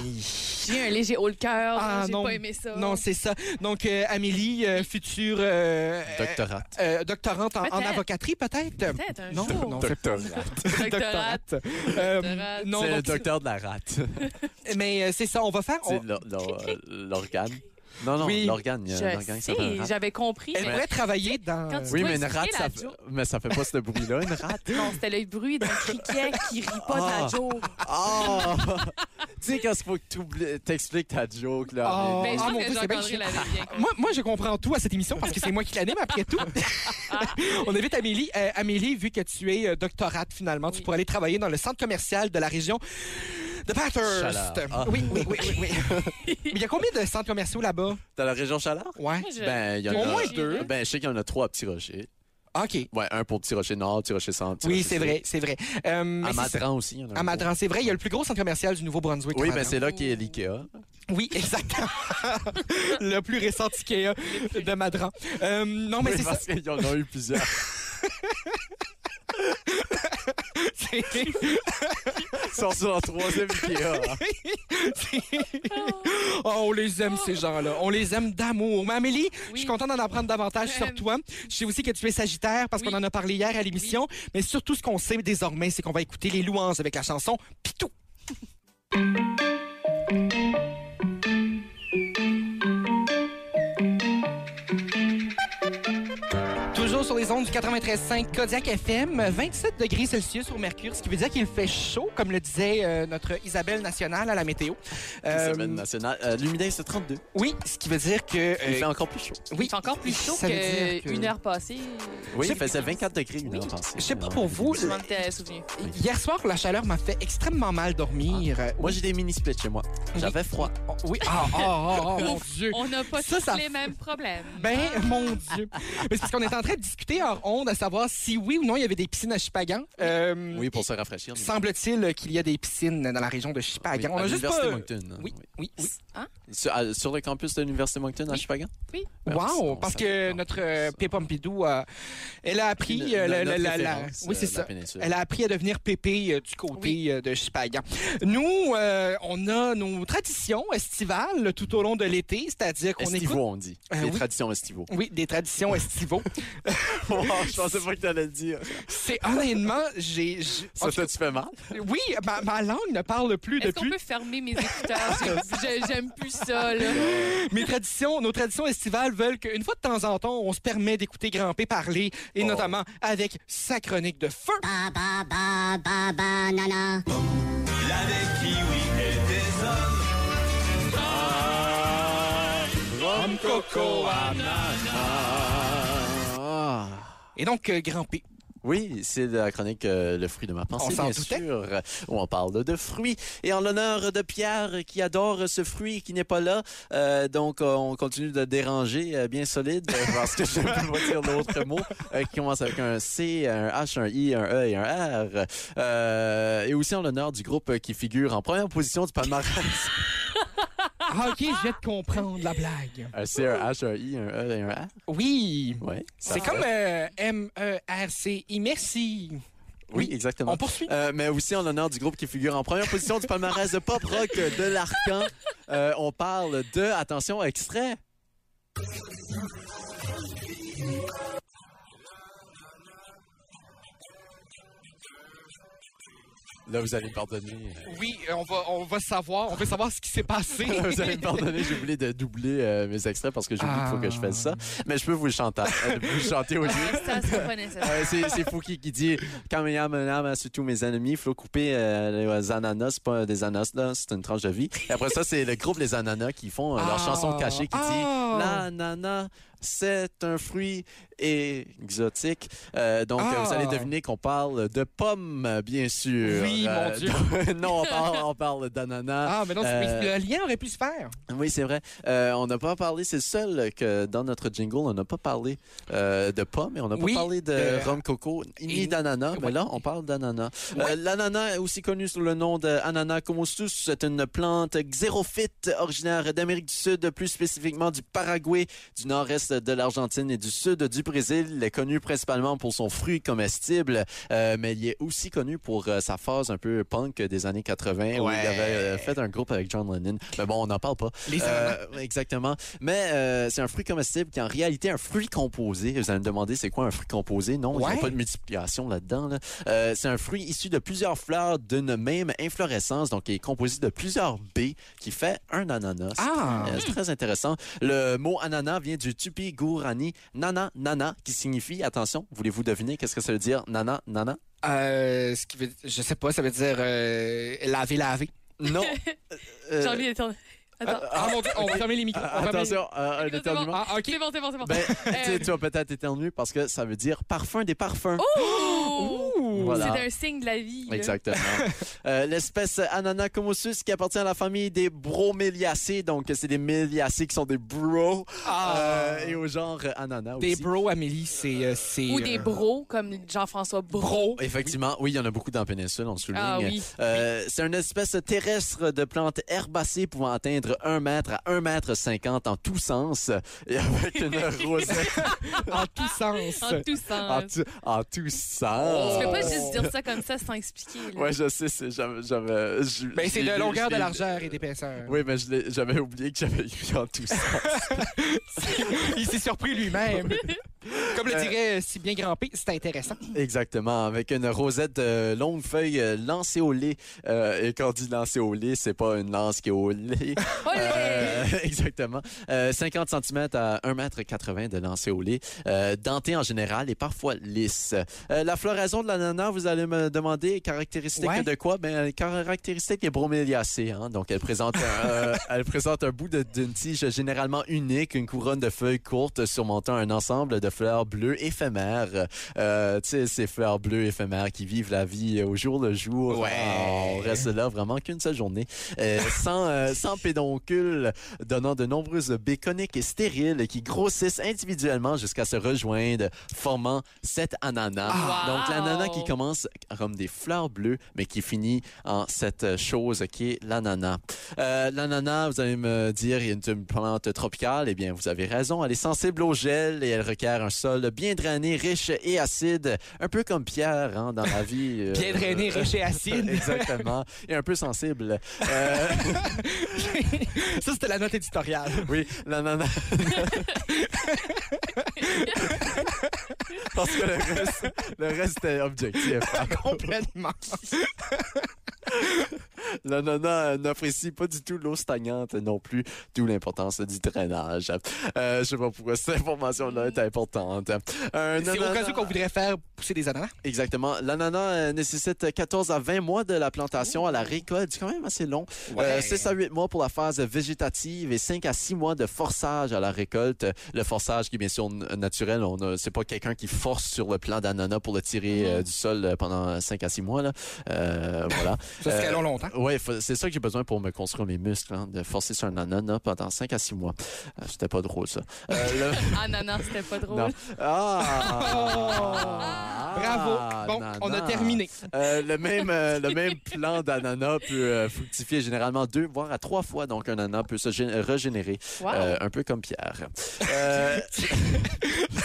Speaker 4: J'ai un léger haut le cœur,
Speaker 1: Ah,
Speaker 4: j'ai
Speaker 1: non.
Speaker 4: pas aimé ça.
Speaker 1: Non, c'est ça. Donc, euh, Amélie, euh, future euh,
Speaker 3: Doctorat.
Speaker 1: euh, euh, doctorante en, en
Speaker 4: Peut-être.
Speaker 1: avocaterie, peut-être?
Speaker 4: Peut-être un
Speaker 1: non,
Speaker 4: jour.
Speaker 1: non, c'est
Speaker 3: Doctorat.
Speaker 1: pas
Speaker 4: Doctorat.
Speaker 1: doctorate. Euh,
Speaker 4: Doctorat.
Speaker 1: non,
Speaker 3: C'est le
Speaker 1: donc,
Speaker 3: docteur de la rate.
Speaker 1: c'est- mais euh, c'est ça, on va faire. on-
Speaker 3: C'est l'or- l'or- l'organe. Non, non,
Speaker 1: Oui.
Speaker 3: l'organe. Il y
Speaker 4: Je
Speaker 3: a un organe qui s'appelle
Speaker 4: sais,
Speaker 3: une rate.
Speaker 4: j'avais compris.
Speaker 1: Elle
Speaker 4: mais
Speaker 1: pourrait travailler dans.
Speaker 4: Quand tu
Speaker 3: Oui,
Speaker 4: dois
Speaker 3: mais une
Speaker 4: expliquer
Speaker 3: rate,
Speaker 4: la
Speaker 3: ça
Speaker 4: joke.
Speaker 3: fait... mais ça fait pas ce bruit-là, une rate.
Speaker 4: Non, c'était le bruit d'un criquet qui rit pas de la
Speaker 3: Ah.
Speaker 4: joke.
Speaker 3: Ah! tu sais, quand c'est faut que t'oubli- t'expliques ta joke, là.
Speaker 1: Ah.
Speaker 4: Mais Ben, je
Speaker 1: mon
Speaker 4: trouve
Speaker 1: Dieu,
Speaker 4: que
Speaker 1: c'est bien
Speaker 4: Jean-André l'avait bien compris.
Speaker 1: Moi, moi, je comprends tout à cette émission parce que c'est moi qui l'anime après tout. On invite Amélie. Euh, Amélie, vu que tu es euh, doctorate finalement, tu
Speaker 4: Oui.
Speaker 1: pourrais aller travailler dans le centre commercial de la région de Bathurst.
Speaker 3: Chaleur. Ah.
Speaker 1: Oui, oui, oui, oui. oui. Mais il y a combien de centres commerciaux là-bas?
Speaker 3: T'as la région Chalard?
Speaker 1: Ouais.
Speaker 4: Je-
Speaker 3: Ben, il y en
Speaker 1: Au
Speaker 3: a
Speaker 1: moins
Speaker 4: deux.
Speaker 3: Ben, je sais qu'il y en a trois à Petit Rocher.
Speaker 1: OK.
Speaker 3: Ouais, un pour Petit Rocher Nord, Petit Rocher Centre. Petit
Speaker 1: Oui,
Speaker 3: Rocher
Speaker 1: c'est
Speaker 3: Sud.
Speaker 1: vrai, c'est vrai. Euh, mais
Speaker 3: À
Speaker 1: c'est-
Speaker 3: Madran aussi, il y en a un
Speaker 1: À Madran, c'est vrai, il y a le plus gros centre commercial du Nouveau-Brunswick.
Speaker 3: gros. Oui,
Speaker 1: à
Speaker 3: ben
Speaker 1: Madran.
Speaker 3: c'est là qu'est l'IKEA.
Speaker 1: Oui, exactement. le plus récent Ikea de Madran. Euh, non, mais
Speaker 3: Oui,
Speaker 1: c'est ça.
Speaker 3: parce qu'il y en a eu plusieurs.
Speaker 1: C'est-
Speaker 3: Ils sont sur leur troisième Ikea. hein.
Speaker 1: Oh, on les aime, ces gens-là. On les aime d'amour. Mais Amélie, je suis contente d'en apprendre davantage
Speaker 4: Je
Speaker 1: sur
Speaker 4: t'aime.
Speaker 1: toi. Je sais aussi que tu es Sagittaire parce
Speaker 4: Oui.
Speaker 1: qu'on en a parlé hier à l'émission. Mais surtout, ce qu'on sait désormais, c'est qu'on va écouter les louanges avec la chanson Pitou. Toujours sur les ondes du 93.5 Kodiak FM, 27 degrés Celsius au Mercure, ce qui veut dire qu'il fait chaud, comme le disait euh, notre Isabelle Nationale à la météo. Euh,
Speaker 3: Semaine nationale. Euh, Lumidex, c'est 32.
Speaker 1: oui, ce qui veut dire que...
Speaker 3: Il
Speaker 1: euh,
Speaker 3: fait encore plus chaud.
Speaker 1: oui.
Speaker 4: C'est encore plus chaud
Speaker 1: Ça veut dire que-
Speaker 4: qu'une heure passée.
Speaker 3: Oui,
Speaker 1: Je-
Speaker 3: il faisait 24 degrés une heure passée.
Speaker 1: Je sais pas pour vous,
Speaker 4: Je m'en étais souvenu.
Speaker 1: Hier soir, la chaleur m'a fait extrêmement mal dormir. Euh,
Speaker 3: Ah. Moi, j'ai des mini-splits chez moi. J'avais froid.
Speaker 1: oh, oui. Ah, ah, ah, ah, mon Dieu.
Speaker 4: On n'a pas
Speaker 1: Ça,
Speaker 4: tous
Speaker 1: ça-
Speaker 4: les mêmes problèmes.
Speaker 1: Ben, mon Dieu. Mais c'est parce qu'on est en train de discuté hors onde à savoir si oui ou non il y avait des piscines à Chipagan. Euh,
Speaker 3: Oui, pour se rafraîchir.
Speaker 1: Semble-t-il qu'il y a des piscines dans la région de
Speaker 3: Oui,
Speaker 1: Chipagan.
Speaker 3: à
Speaker 1: On a juste
Speaker 3: l'Université
Speaker 1: pas...
Speaker 3: Moncton. hein,
Speaker 1: Oui, oui, oui.
Speaker 3: Sur, à- sur le campus de l'Université Moncton à Chipagan?
Speaker 4: Oui.
Speaker 3: Ben,
Speaker 1: Wow!
Speaker 3: sinon,
Speaker 1: Parce
Speaker 3: ça-
Speaker 1: que
Speaker 3: non,
Speaker 1: notre
Speaker 3: ça-
Speaker 1: euh, Pépé Pompidou, euh, elle a appris...
Speaker 3: Une-
Speaker 1: euh,
Speaker 3: no-
Speaker 1: la-
Speaker 3: notre
Speaker 1: la- la-
Speaker 3: référence,
Speaker 1: Oui, c'est
Speaker 3: euh, de la
Speaker 1: ça.
Speaker 3: péninsule.
Speaker 1: Elle a appris à devenir pépé euh, du côté euh, de Chipagan. Nous, euh, on a nos traditions estivales tout au long de l'été, c'est-à-dire qu'on
Speaker 3: Estivaux,
Speaker 1: écoute...
Speaker 3: on dit.
Speaker 1: Euh, oui.
Speaker 3: Les traditions estivaux.
Speaker 1: Oui, des traditions estivaux.
Speaker 3: Wow, je pensais pas que t'allais le dire.
Speaker 1: C'est honnêtement, j'ai... j'ai-
Speaker 3: Ça te fait mal?
Speaker 1: Oui, ma, ma langue ne parle plus
Speaker 4: Est-ce qu'on
Speaker 1: depuis.
Speaker 4: peut fermer mes écouteurs? Je- J'aime plus ça, là.
Speaker 3: Euh,
Speaker 1: Mes traditions, nos traditions estivales veulent qu'une fois de temps en temps, on se permet d'écouter Grand P parler, et notamment avec sa chronique de feu.
Speaker 3: Ah.
Speaker 1: Et donc, euh, Grand P.
Speaker 3: Oui, c'est la chronique euh, Le fruit de ma pensée,
Speaker 1: On s'en
Speaker 3: bien
Speaker 1: doutait.
Speaker 3: sûr, euh, où on parle de fruits. Et en l'honneur de Pierre, euh, qui adore euh, ce fruit et qui n'est pas là, euh, donc euh, on continue de déranger euh, bien solide, euh, parce que je ne peux pas dire l'autre mot, euh, qui commence avec un C, un H, un I, un E et un R. Euh, et aussi en l'honneur du groupe euh, qui figure en première position du palmarès.
Speaker 1: Ah, ok, je viens de comprendre la blague.
Speaker 3: un C, un H, un I, un E et un R.
Speaker 1: Oui.
Speaker 3: Ouais,
Speaker 1: C'est
Speaker 3: ça fait.
Speaker 1: comme euh, M-E-R-C-I. Merci.
Speaker 3: Oui, exactement.
Speaker 1: On poursuit.
Speaker 3: Euh, mais aussi en l'honneur du groupe qui figure en première position du palmarès de pop rock de l'Arcan. Euh, on parle de, attention, extrait. Là, vous allez me pardonner.
Speaker 1: Oui, euh, on va, on va savoir. On veut savoir ce qui s'est passé.
Speaker 3: Là, vous allez me pardonner, j'ai oublié de doubler euh, mes extraits parce que j'ai oublié qu'il faut que je fasse ça.
Speaker 1: Ah.
Speaker 3: Mais je peux vous le chanter, euh, vous le chanter au
Speaker 4: Ouais, ça sera pas nécessaire.
Speaker 3: Euh, c'est c'est Fouki qui dit Quand mes âmes, âme, sur tous mes ennemis, il faut couper euh, les ananas, c'est pas des ananas, là, c'est une tranche de vie. Et après ça, c'est le groupe Les Ananas qui font euh, leur
Speaker 1: Ah.
Speaker 3: chanson cachée qui
Speaker 1: Ah.
Speaker 3: dit L'ananas, c'est un fruit exotique. Euh, donc,
Speaker 1: Ah.
Speaker 3: vous allez deviner qu'on parle de pommes, euh, bien sûr.
Speaker 1: Oui, mon Dieu.
Speaker 3: donc- non, on parle, on parle d'ananas.
Speaker 1: Ah, mais non, c'est-
Speaker 3: Euh,
Speaker 1: mais le lien aurait pu se faire.
Speaker 3: Oui, c'est vrai. Euh, on n'a pas parlé, c'est le seul que dans notre jingle, on n'a pas parlé euh, de pommes et on n'a pas
Speaker 1: Oui,
Speaker 3: parlé de
Speaker 1: euh,
Speaker 3: rhum coco ni
Speaker 1: et-
Speaker 3: d'ananas. Mais
Speaker 1: ouais.
Speaker 3: là, on parle d'ananas. Euh, L'ananas, aussi connu sous le nom d'ananas comostus, c'est une plante xérophyte originaire d'Amérique du Sud, plus spécifiquement du Paraguay, du nord-est de l'Argentine et du sud du Brésil. Il est connu principalement pour son fruit comestible, euh, mais il est aussi connu pour euh, sa phase un peu punk des années 80 où il
Speaker 1: Ouais.
Speaker 3: avait euh, fait un groupe avec John Lennon. Mais bon, on n'en parle pas.
Speaker 1: Les ananas.
Speaker 3: Euh, exactement. Mais euh, c'est un fruit comestible qui est en réalité un fruit composé. Vous allez me demander c'est quoi un fruit composé. Non, il n'y
Speaker 1: Ouais.
Speaker 3: a pas de multiplication là-dedans. là. Euh, c'est un fruit issu de plusieurs fleurs d'une même inflorescence, donc il est composé de plusieurs baies qui fait un ananas.
Speaker 1: Ah.
Speaker 3: Euh, c'est très intéressant. Le mot ananas vient du tupi gourani nana nana qui signifie, attention, voulez-vous deviner qu'est-ce que ça veut dire nana nana?
Speaker 1: Euh, ce qui veut, je sais pas, ça veut dire euh, laver, laver.
Speaker 3: Non. Euh,
Speaker 4: J'ai envie d'étendre. Attends.
Speaker 1: Ah mon dieu, on va fermer les micros. on va fermer les-
Speaker 3: attention, euh, un
Speaker 4: C'est bon,
Speaker 3: étonnement.
Speaker 1: Ah, ok.
Speaker 4: C'est bon, c'est bon, c'est bon.
Speaker 3: Ben, tu
Speaker 4: Euh,
Speaker 3: sais, tu vas peut-être éternuer parce que ça veut dire parfum des parfums.
Speaker 4: Oh!
Speaker 3: Voilà.
Speaker 4: C'est un signe de la vie. là.
Speaker 3: Exactement. Euh, L'espèce Ananas comossus qui appartient à la famille des broméliacées. Donc, c'est des méliacées qui sont des bros.
Speaker 1: Ah.
Speaker 3: Euh, et au genre euh, ananas
Speaker 1: Des
Speaker 3: aussi.
Speaker 1: bros, Amélie, c'est. euh, c'est,
Speaker 4: Ou des
Speaker 1: euh,
Speaker 4: bros, comme Jean-François Bro.
Speaker 3: Effectivement, oui, il y en a beaucoup dans la péninsule, on le souligne.
Speaker 4: Ah oui.
Speaker 3: Euh, c'est une espèce terrestre de plante herbacée pouvant atteindre 1 mètre à 1 mètre 50 en tous sens et avec une rosette
Speaker 1: En tout sens.
Speaker 4: En tout
Speaker 3: en,
Speaker 4: sens.
Speaker 3: tout- en tous
Speaker 4: Tu
Speaker 3: sens.
Speaker 4: peux pas juste dire ça comme ça sans expliquer. là.
Speaker 3: Ouais, je sais, c'est j'avais- j'avais- je-
Speaker 1: Ben,
Speaker 3: je
Speaker 1: c'est
Speaker 3: l'ai
Speaker 1: de
Speaker 3: lu,
Speaker 1: longueur,
Speaker 3: je
Speaker 1: de
Speaker 3: l'ai-
Speaker 1: largeur et d'épaisseur.
Speaker 3: Oui, mais je l'ai- j'avais oublié que j'avais eu en tous sens.
Speaker 1: Il s'est surpris lui-même. Comme le dirait euh, si bien Grand P, c'est intéressant.
Speaker 3: Euh. Exactement, avec une rosette de longues feuilles euh, lancéolées. Euh, et quand on dit lancéolée, c'est pas une lance qui est au lait.
Speaker 4: Olé!
Speaker 3: Euh, exactement. Euh, 50 cm à 1,80 m de lancéolée, euh, dentée en général et parfois lisse. Euh, la floraison de l'ananas, vous allez me demander, caractéristique
Speaker 1: Ouais.
Speaker 3: de quoi? Ben, euh, caractéristique est broméliacée. Hein? Donc, elle présente, un, euh, elle présente un bout de- d'une tige généralement unique, une couronne de feuilles courtes surmontant un ensemble de fleurs bleus éphémères. Euh, tu sais, ces fleurs bleues éphémères qui vivent la vie au jour le jour.
Speaker 6: Ouais.
Speaker 3: Ah, on reste là vraiment qu'une seule journée. Euh, sans, euh, sans pédoncules, donnant de nombreuses baies coniques et stériles qui grossissent individuellement jusqu'à se rejoindre, formant cet ananas.
Speaker 4: Wow.
Speaker 3: Donc, l'ananas qui commence comme des fleurs bleues, mais qui finit en cette chose qui est l'ananas. Euh, l'ananas, vous allez me dire, est une plante tropicale. Eh bien, vous avez raison. Elle est sensible au gel et elle requiert un sol bien drainé, riche et acide. Un peu comme Pierre, hein, dans la vie. euh,
Speaker 2: Bien drainé, riche et acide.
Speaker 3: Exactement. Et un peu sensible. Euh,
Speaker 2: Ça, c'était la note éditoriale.
Speaker 3: oui, l'ananas. Parce que le reste, le reste est objectif. hein.
Speaker 2: Complètement.
Speaker 3: L'ananas euh, n'apprécie pas du tout l'eau stagnante non plus, d'où l'importance du drainage. Euh, je sais pas pourquoi cette information-là est importante. Euh, Un
Speaker 2: C'est au
Speaker 3: ananas-
Speaker 2: cas où qu'on voudrait faire pousser des ananas.
Speaker 3: Exactement. L'ananas euh, nécessite 14 à 20 mois de la plantation à la récolte. C'est quand même assez long.
Speaker 2: Ouais.
Speaker 3: 6 à 8 mois pour la phase végétative et 5 à 6 mois de forçage à la récolte. Le forçage qui est bien sûr n- naturel. On a- C'est pas quelqu'un qui force sur le plant d'ananas pour le tirer
Speaker 2: Mm-hmm.
Speaker 3: euh, du sol euh, pendant 5 à 6 mois. Là. Euh, voilà.
Speaker 2: Ça serait
Speaker 3: Euh,
Speaker 2: long longtemps.
Speaker 3: Ouais, faut- c'est ça que j'ai besoin pour me construire mes muscles, hein, de forcer sur un ananas pendant 5 à 6 mois. Euh, C'était pas drôle, ça. Euh, le-
Speaker 4: Ah non, non, c'était pas drôle.
Speaker 3: Non. Ah!
Speaker 2: Bravo. bon, on a
Speaker 3: Ananas.
Speaker 2: terminé.
Speaker 3: Euh, le même euh, le même plan d'ananas peut euh, fructifier généralement deux voire à trois fois donc un ananas peut se gé- régénérer
Speaker 4: Wow.
Speaker 3: euh, un peu comme Pierre. Euh, ça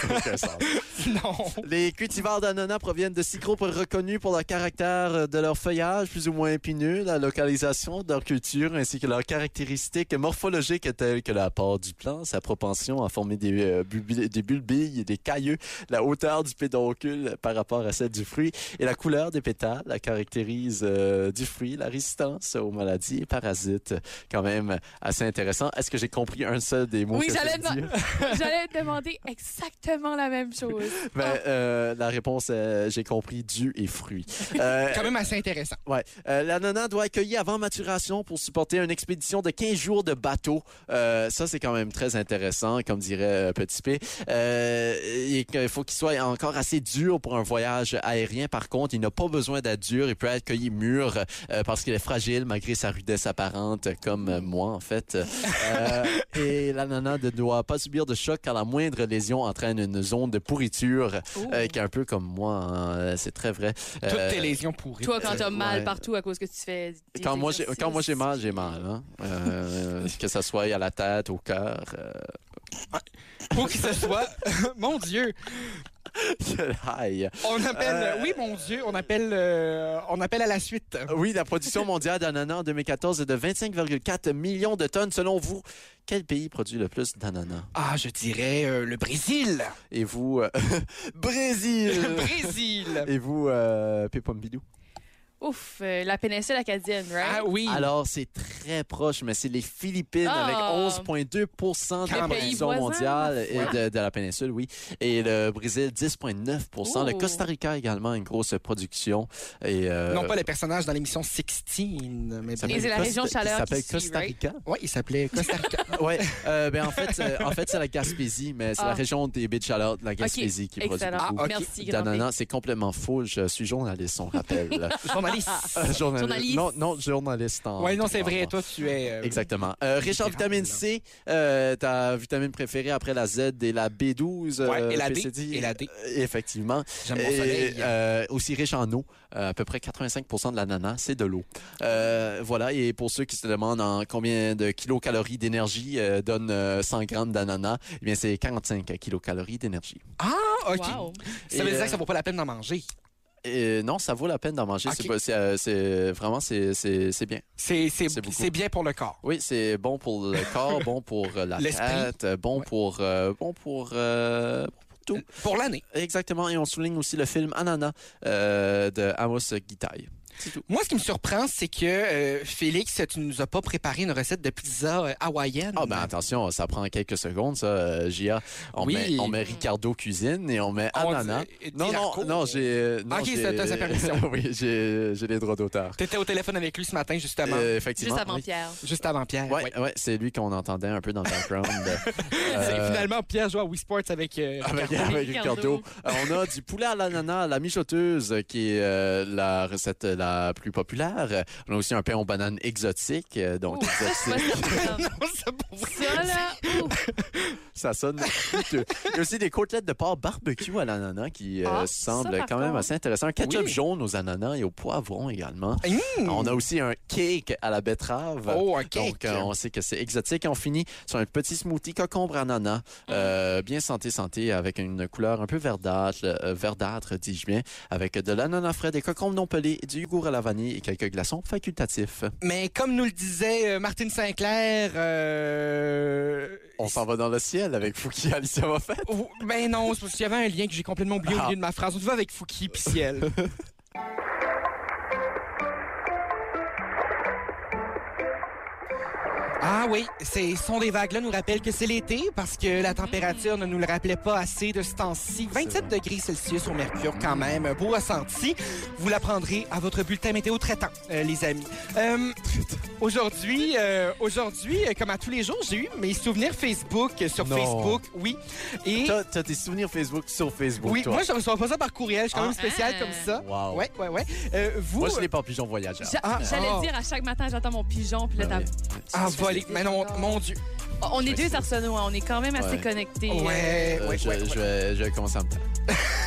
Speaker 3: n'a aucun sens.
Speaker 2: Non.
Speaker 3: Les cultivars d'ananas proviennent de six groupes reconnus pour le caractère euh, de leur feuillage, plus ou moins épineux, la localisation de leur culture ainsi que leurs caractéristiques morphologiques telles que l'apport du plant, sa propension à former des, euh, bulbi- des bulbilles et des cailleux, la hauteur du pédoncule par rapport à celle du fruit et la couleur des pétales, la caractérise euh, du fruit, la résistance aux maladies et parasites. Quand même assez intéressant. Est-ce que j'ai compris un seul des mots
Speaker 4: Oui,
Speaker 3: que je
Speaker 4: j'allais
Speaker 3: dis?
Speaker 4: dema- J'allais te demander exactement la même chose.
Speaker 3: Ben, euh, la réponse, euh, j'ai compris, dû et fruit. Euh,
Speaker 2: Quand même assez intéressant.
Speaker 3: ouais. Euh, L'ananas doit être cueilli avant maturation pour supporter une expédition de 15 jours de bateau. Euh, ça, c'est quand même très intéressant, comme dirait euh, Petit P. Euh, et qu'il faut qu'il soit encore assez dur pour un voyage aérien. Par contre, il n'a pas besoin d'être dur. Il peut être cueilli mûr euh, parce qu'il est fragile malgré sa rudesse apparente, comme euh, moi, en fait. Euh, et l'ananas ne doit pas subir de choc car la moindre lésion entraîne une zone de pourriture
Speaker 4: Oh.
Speaker 3: euh, qui est un peu comme moi, hein, euh, c'est très vrai. Euh,
Speaker 2: Toutes tes lésions pourries.
Speaker 4: Toi, quand t'as mal
Speaker 3: ouais.
Speaker 4: partout à cause que tu fais. des
Speaker 3: quand moi, j'ai,
Speaker 4: exercices.
Speaker 3: quand moi j'ai mal, j'ai mal. hein. Euh, que ça soit à la tête, au cœur. euh,
Speaker 2: Pour que ce soit... mon Dieu.
Speaker 3: euh, aïe.
Speaker 2: On appelle...
Speaker 3: Euh,
Speaker 2: Oui, mon Dieu, on appelle, euh, on appelle à la suite.
Speaker 3: Oui, la production mondiale d'ananas en 2014 est de 25,4 millions de tonnes. Selon vous, quel pays produit le plus d'ananas?
Speaker 2: Ah, je dirais euh, le Brésil.
Speaker 3: Et vous, euh,
Speaker 2: Le
Speaker 3: Brésil!
Speaker 2: Brésil.
Speaker 3: Et vous, euh, Pépombilou?
Speaker 4: Ouf, euh, la péninsule acadienne, right?
Speaker 2: Ah oui.
Speaker 3: Alors, c'est très proche, mais c'est les Philippines
Speaker 4: Ah.
Speaker 3: avec 11,2 de
Speaker 2: Quand
Speaker 3: la
Speaker 2: même.
Speaker 3: production
Speaker 4: Pays voisins,
Speaker 3: mondiale
Speaker 4: ma foi.
Speaker 3: et de, de la péninsule, oui. Et le Brésil, 10,9 Le
Speaker 4: Oh.
Speaker 3: Costa Rica également, une grosse production. Et, euh,
Speaker 2: Non pas le personnage dans l'émission 16, mais...
Speaker 3: ça
Speaker 4: Et
Speaker 3: s'appelle
Speaker 4: c'est la région
Speaker 3: Costa-
Speaker 4: chaleur
Speaker 3: Ça s'appelle
Speaker 4: qui suit,
Speaker 3: Costa
Speaker 4: right?
Speaker 3: Rica.
Speaker 2: Oui, il s'appelait Costa Rica.
Speaker 3: ouais. Euh, ben, en fait, euh, en fait c'est la Gaspésie, mais c'est
Speaker 4: Ah.
Speaker 3: la région des baies de chaleur de la Gaspésie qui produit
Speaker 4: excellent.
Speaker 3: beaucoup
Speaker 2: Ah, ok.
Speaker 4: Merci, grand
Speaker 3: d'ananas. C'est complètement faux. Je suis journaliste, on rappelle.
Speaker 2: Journaliste.
Speaker 3: Euh,
Speaker 4: Journaliste.
Speaker 3: Non, non, journaliste. en-
Speaker 2: Oui, non, c'est
Speaker 3: en-
Speaker 2: vrai. Toi, tu es... euh,
Speaker 3: Exactement. Euh, riche en vitamine C, euh, ta vitamine préférée après la Z et la B12.
Speaker 2: Ouais,
Speaker 3: euh,
Speaker 2: et la D,
Speaker 3: PCD,
Speaker 2: et la D.
Speaker 3: euh, Effectivement.
Speaker 2: J'aime mon
Speaker 3: Et,
Speaker 2: soleil.
Speaker 3: euh, aussi riche en eau. Euh, à peu près 85 de l'ananas, c'est de l'eau. Euh, voilà. Et pour ceux qui se demandent en combien de kilocalories d'énergie euh, donne euh, 100 grammes d'ananas, eh bien, c'est 45 kilocalories d'énergie.
Speaker 2: Ah, OK.
Speaker 4: Wow.
Speaker 2: Ça
Speaker 3: Et,
Speaker 2: veut dire
Speaker 3: euh,
Speaker 2: que ça vaut pas la peine d'en manger.
Speaker 3: Et non, ça vaut la peine d'en manger.
Speaker 2: Ok.
Speaker 3: C'est pas- C'est euh, c'est- vraiment, c'est- c'est c'est bien.
Speaker 2: C'est c'est-
Speaker 3: C'est beaucoup.
Speaker 2: c'est bien pour le corps.
Speaker 3: Oui, c'est bon pour le corps, bon pour euh, la
Speaker 2: L'esprit.
Speaker 3: tête, euh, bon
Speaker 2: Ouais.
Speaker 3: pour euh, bon pour euh, bon pour tout.
Speaker 2: Pour l'année.
Speaker 3: Exactement. Et on souligne aussi le film Anana euh, de Amos Gitaï.
Speaker 1: Moi, ce qui me surprend, c'est que euh, Félix, tu nous as pas préparé une recette de pizza euh, hawaïenne.
Speaker 3: Ah, ben attention, ça prend quelques secondes, ça, euh, Gia. On,
Speaker 1: Oui. Ah,
Speaker 3: met, on met Ricardo Cuisine et on met
Speaker 1: On euh,
Speaker 3: Ananas.
Speaker 1: dit-
Speaker 3: ah, Non,
Speaker 1: Dirco.
Speaker 3: non, non, j'ai. euh, non,
Speaker 1: Ok,
Speaker 3: j'ai-
Speaker 1: ça, t'as sa permission.
Speaker 3: oui, j'ai j'ai les droits d'auteur.
Speaker 1: T'étais au téléphone avec lui ce matin, justement.
Speaker 3: Euh, effectivement.
Speaker 4: Juste avant
Speaker 3: oui.
Speaker 4: Pierre.
Speaker 1: Juste avant Pierre.
Speaker 3: Ouais,
Speaker 1: ouais.
Speaker 3: ouais, c'est lui qu'on entendait un peu dans le background.
Speaker 1: C'est
Speaker 3: Euh, Ah, ben,
Speaker 1: finalement Pierre joue à Wii Sports avec. euh,
Speaker 3: avec,
Speaker 4: Ricardo.
Speaker 3: avec Ricardo. Euh, on a du poulet à l'ananas, à la mijoteuse, euh, qui est euh, la recette euh, la plus populaire. Euh, On a aussi un pain aux bananes exotique. euh, donc,
Speaker 4: Ouh, ça, je
Speaker 3: exotique,
Speaker 4: suis pas certaine.
Speaker 1: Non, ça pour vrai.
Speaker 4: Ça, là, ouh.
Speaker 3: ça sonne coûteux. Il y a aussi des côtelettes de porc barbecue à l'ananas qui euh,
Speaker 4: Ah, ça,
Speaker 3: semblent
Speaker 4: par
Speaker 3: quand même
Speaker 4: contre.
Speaker 3: assez intéressant. Un ketchup
Speaker 1: Oui.
Speaker 3: jaune aux ananas et aux poivrons également.
Speaker 1: Mmh.
Speaker 3: On a aussi un cake à la betterave.
Speaker 1: Oh, un cake.
Speaker 3: Donc, euh, on sait que c'est exotique. Et on finit sur un petit smoothie concombre ananas, euh, bien santé, santé, avec une couleur un peu verdâtre, euh, verdâtre dis-je bien, avec de l'ananas frais, des concombres non pelés, du yogourt à la vanille et quelques glaçons facultatifs.
Speaker 1: Mais comme nous le disait euh, Martine Sinclair, euh...
Speaker 3: On s'en va dans le ciel avec Fouki et Alicia Moffat.
Speaker 1: ou- ben non, c'est parce qu'il y avait un lien que j'ai complètement oublié au
Speaker 3: Ah.
Speaker 1: milieu de ma phrase. On se va avec Fouki puis Ciel. Ah oui, ces sons des vagues-là nous rappellent que c'est l'été parce que la température ne nous le rappelait pas assez de ce temps-ci. 27 degrés Celsius au mercure quand même, un beau ressenti. Vous l'apprendrez à votre bulletin météo traitant, euh, les amis. Euh, aujourd'hui, euh, aujourd'hui, euh, comme à tous les jours, j'ai eu mes souvenirs Facebook euh, sur
Speaker 3: Non.
Speaker 1: Facebook, oui. Et
Speaker 3: T'as t'as tes souvenirs Facebook sur Facebook,
Speaker 1: oui,
Speaker 3: toi?
Speaker 1: moi je ne reçois pas ça par courriel, je suis quand même
Speaker 3: Ah.
Speaker 1: spécial comme ça.
Speaker 3: Wow.
Speaker 1: Ouais, ouais, ouais. Euh, vous,
Speaker 3: Moi, je n'ai pas pigeon voyageur.
Speaker 4: J'a-
Speaker 1: Ah,
Speaker 4: J'allais
Speaker 1: ah.
Speaker 4: dire à chaque matin, j'attends mon pigeon, puis là,
Speaker 3: Ben
Speaker 4: t'as-
Speaker 3: oui.
Speaker 1: ah, volé. Mais non, mon Dieu.
Speaker 4: on est deux Arsenault, hein, on est quand même assez
Speaker 3: Ouais.
Speaker 4: connectés. euh,
Speaker 1: Ouais,
Speaker 3: Euh,
Speaker 1: ouais,
Speaker 3: je,
Speaker 1: ouais, ouais.
Speaker 3: Je, vais, je vais commencer à me taire.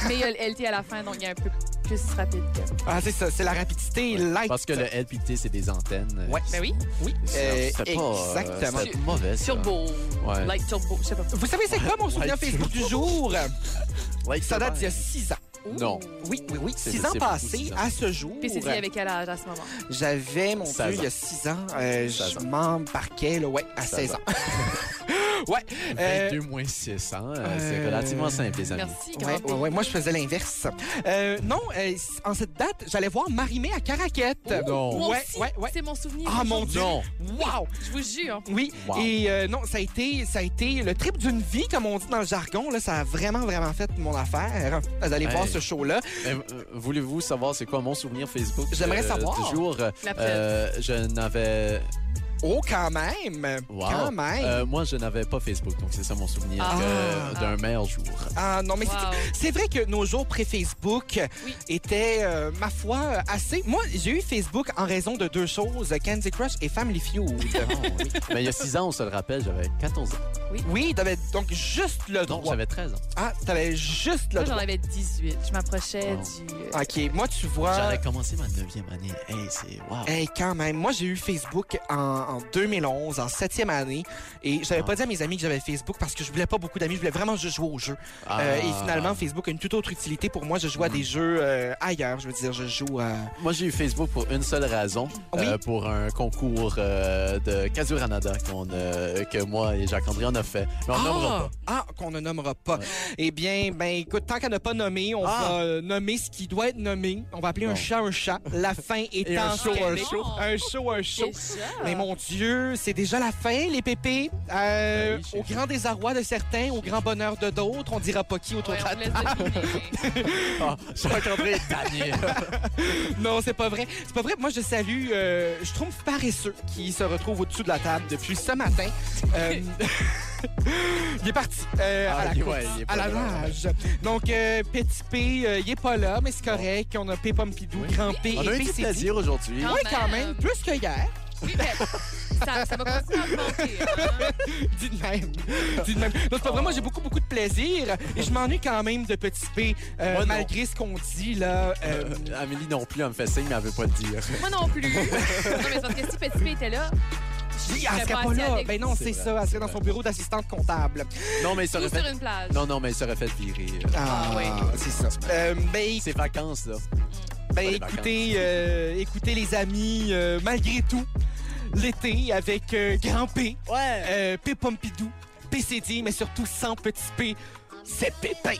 Speaker 4: mais il y a le LT à la fin, donc il y a un peu plus rapide que.
Speaker 1: Ah, c'est ça, c'est la rapidité
Speaker 3: Ouais.
Speaker 1: light.
Speaker 3: Parce que le LPT, c'est des antennes. Euh,
Speaker 1: Ouais,
Speaker 4: Ben oui,
Speaker 1: Oui,
Speaker 3: C'est
Speaker 1: euh, exactement.
Speaker 3: Pas, euh, c'était mauvais. ça.
Speaker 4: turbo,
Speaker 3: Ouais.
Speaker 4: light turbo, je sais pas.
Speaker 1: Vous savez, c'est quoi mon souvenir
Speaker 3: Ouais, tu-
Speaker 1: Facebook du jour?
Speaker 3: Like
Speaker 1: Ça date
Speaker 3: the
Speaker 1: d'il y a
Speaker 3: vine.
Speaker 1: six ans.
Speaker 3: Non.
Speaker 1: Oui, oui, oui.
Speaker 3: C'est-
Speaker 1: Six
Speaker 3: c'est
Speaker 1: ans
Speaker 3: beaucoup,
Speaker 1: passés
Speaker 3: six ans.
Speaker 1: à ce jour.
Speaker 4: Puis c'est dit avec quel âge à ce moment?
Speaker 1: J'avais, mon Dieu,
Speaker 3: Seize
Speaker 1: il y a
Speaker 3: ans.
Speaker 1: six ans, euh,
Speaker 3: Seize
Speaker 1: je
Speaker 3: ans.
Speaker 1: m'embarquais, là, ouais, à
Speaker 3: Seize
Speaker 1: 16 ans. ouais. euh,
Speaker 3: 22 moins 600. euh, C'est
Speaker 1: euh,
Speaker 3: relativement simple, les amis.
Speaker 4: Merci, grand
Speaker 1: Ouais,
Speaker 4: P.
Speaker 1: ouais, ouais, moi je faisais l'inverse. Euh, non, euh, c- en cette date, j'allais voir Marimé à Caraquette.
Speaker 3: Oh Non.
Speaker 4: Moi
Speaker 1: Ouais,
Speaker 4: aussi,
Speaker 1: ouais, ouais.
Speaker 4: c'est mon souvenir.
Speaker 1: Ah mon dieu.
Speaker 3: Non.
Speaker 1: Wow.
Speaker 4: Je vous jure.
Speaker 1: Oui.
Speaker 3: Wow.
Speaker 1: Et euh, non, ça a été, ça a été le trip d'une vie, comme on dit dans le jargon. Là, ça a vraiment, vraiment fait mon affaire euh, d'aller
Speaker 3: Hey.
Speaker 1: voir ce show-là.
Speaker 3: Mais, euh, Voulez-vous savoir c'est quoi mon souvenir Facebook?
Speaker 1: J'aimerais
Speaker 3: euh,
Speaker 1: savoir.
Speaker 3: Du jour, euh,
Speaker 4: La preuve.
Speaker 3: euh, je n'avais.
Speaker 1: Oh, quand même.
Speaker 3: Wow.
Speaker 1: Quand même.
Speaker 3: Euh, moi, je n'avais pas Facebook, donc c'est ça mon souvenir
Speaker 4: Ah.
Speaker 3: euh, d'un meilleur jour.
Speaker 1: Ah non, mais c'est-
Speaker 4: Wow.
Speaker 1: c'est vrai que nos jours pré-Facebook
Speaker 4: Oui.
Speaker 1: étaient, euh, ma foi, euh, assez... Moi, j'ai eu Facebook en raison de deux choses, Candy Crush et Family Feud.
Speaker 3: Oh. Mais il y a 6 ans, on se le rappelle, j'avais 14 ans.
Speaker 1: oui, t'avais donc juste le
Speaker 3: Non,
Speaker 1: droit.
Speaker 3: j'avais 13 ans.
Speaker 1: Ah, t'avais juste le
Speaker 4: Moi, j'en
Speaker 1: droit.
Speaker 4: avais 18. Je m'approchais
Speaker 3: Wow.
Speaker 4: du. euh,
Speaker 1: OK, moi, tu vois...
Speaker 3: J'avais commencé ma 9e année. Hey, c'est. Wow.
Speaker 1: Hey, quand même, moi j'ai eu Facebook en, en 2011, en septième année, et j'avais
Speaker 3: Ah.
Speaker 1: pas dit à mes amis que j'avais Facebook parce que je voulais pas beaucoup d'amis, je voulais vraiment juste jouer au jeu.
Speaker 3: Ah.
Speaker 1: Euh, et finalement, Facebook a une toute autre utilité pour moi. Je joue à
Speaker 3: Mm.
Speaker 1: des jeux euh, ailleurs. Je veux dire, je joue euh, à.
Speaker 3: Moi, j'ai eu Facebook pour une seule raison,
Speaker 1: Oui.
Speaker 3: euh, pour un concours euh, de Cazuranada qu'on, euh, que moi et Jacques-André on a fait. Mais on
Speaker 1: ah,
Speaker 3: nommera pas.
Speaker 1: Ah, qu'on ne nommera pas. Eh bien, ben écoute, tant qu'à ne pas nommer, on
Speaker 3: Ah.
Speaker 1: va euh, nommer ce qui doit être nommé. On va appeler un
Speaker 3: Bon.
Speaker 1: chat un chat. La fin étant
Speaker 3: un show,
Speaker 1: qu'elle
Speaker 4: un
Speaker 1: est.
Speaker 4: show.
Speaker 1: Un show, un show.
Speaker 4: C'est ça.
Speaker 1: Mais mon Dieu, c'est déjà la fin, les pépés. Euh,
Speaker 3: Ben oui,
Speaker 1: au
Speaker 3: chérie.
Speaker 1: grand désarroi de certains, au grand bonheur de d'autres, on dira pas qui autour
Speaker 4: Ouais,
Speaker 1: de
Speaker 4: on
Speaker 1: la
Speaker 4: me laisse deviner.
Speaker 3: Ah, Jacques-André est tanné.
Speaker 1: Non, c'est pas vrai. C'est pas vrai. Moi, je salue, euh, je trouve paresseux qui se retrouve au-dessus de la table depuis ce matin. Euh, il est parti euh,
Speaker 3: Ah,
Speaker 1: à la
Speaker 3: il-
Speaker 1: course,
Speaker 3: ouais, il est pas
Speaker 1: à la
Speaker 3: là.
Speaker 1: nage. Donc, euh, Petit P, euh, il est pas là, mais c'est correct. On a P Pompidou, Grand P
Speaker 3: on a
Speaker 1: et P
Speaker 3: eu du
Speaker 1: c'est dit.
Speaker 3: plaisir aujourd'hui.
Speaker 4: Quand
Speaker 1: Oui, quand même,
Speaker 4: même.
Speaker 1: plus que hier.
Speaker 4: Oui, mais ça, ça va continuer à augmenter. hein.
Speaker 1: Dis de même. Dis de même. Non, c'est pas vrai. Moi, j'ai beaucoup, beaucoup de plaisir et je m'ennuie quand même de Petit P, euh,
Speaker 3: Moi, non.
Speaker 1: malgré ce qu'on dit, là. euh,
Speaker 3: Euh, Amélie non plus, elle me fait signe, mais elle veut pas le dire.
Speaker 4: Moi non plus. Non, mais c'est parce que si Petit P était là, je
Speaker 1: oui,
Speaker 4: serais
Speaker 1: elle serait
Speaker 4: pas
Speaker 1: pas
Speaker 4: assise
Speaker 1: là.
Speaker 4: avec
Speaker 1: Ben non,
Speaker 3: C'est
Speaker 1: c'est
Speaker 3: vrai,
Speaker 1: ça. Elle
Speaker 3: c'est
Speaker 1: serait dans son
Speaker 3: vrai.
Speaker 1: bureau d'assistante comptable.
Speaker 3: Non, mais il
Speaker 4: vous
Speaker 3: serait
Speaker 4: ou sur
Speaker 3: fait...
Speaker 4: une plage.
Speaker 3: Non, non, mais il serait fait virer.
Speaker 1: Ah,
Speaker 4: Ah oui.
Speaker 1: c'est ça. Euh, ben,
Speaker 3: Ses vacances, là.
Speaker 1: ben,
Speaker 3: les
Speaker 1: écoutez, euh, écoutez les amis, euh, malgré tout, l'été avec euh, Grand P,
Speaker 3: Ouais.
Speaker 1: euh, P Pompidou, PCD, mais surtout sans petit P, c'est Pépin.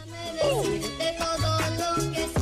Speaker 8: Dépendant l'orchestre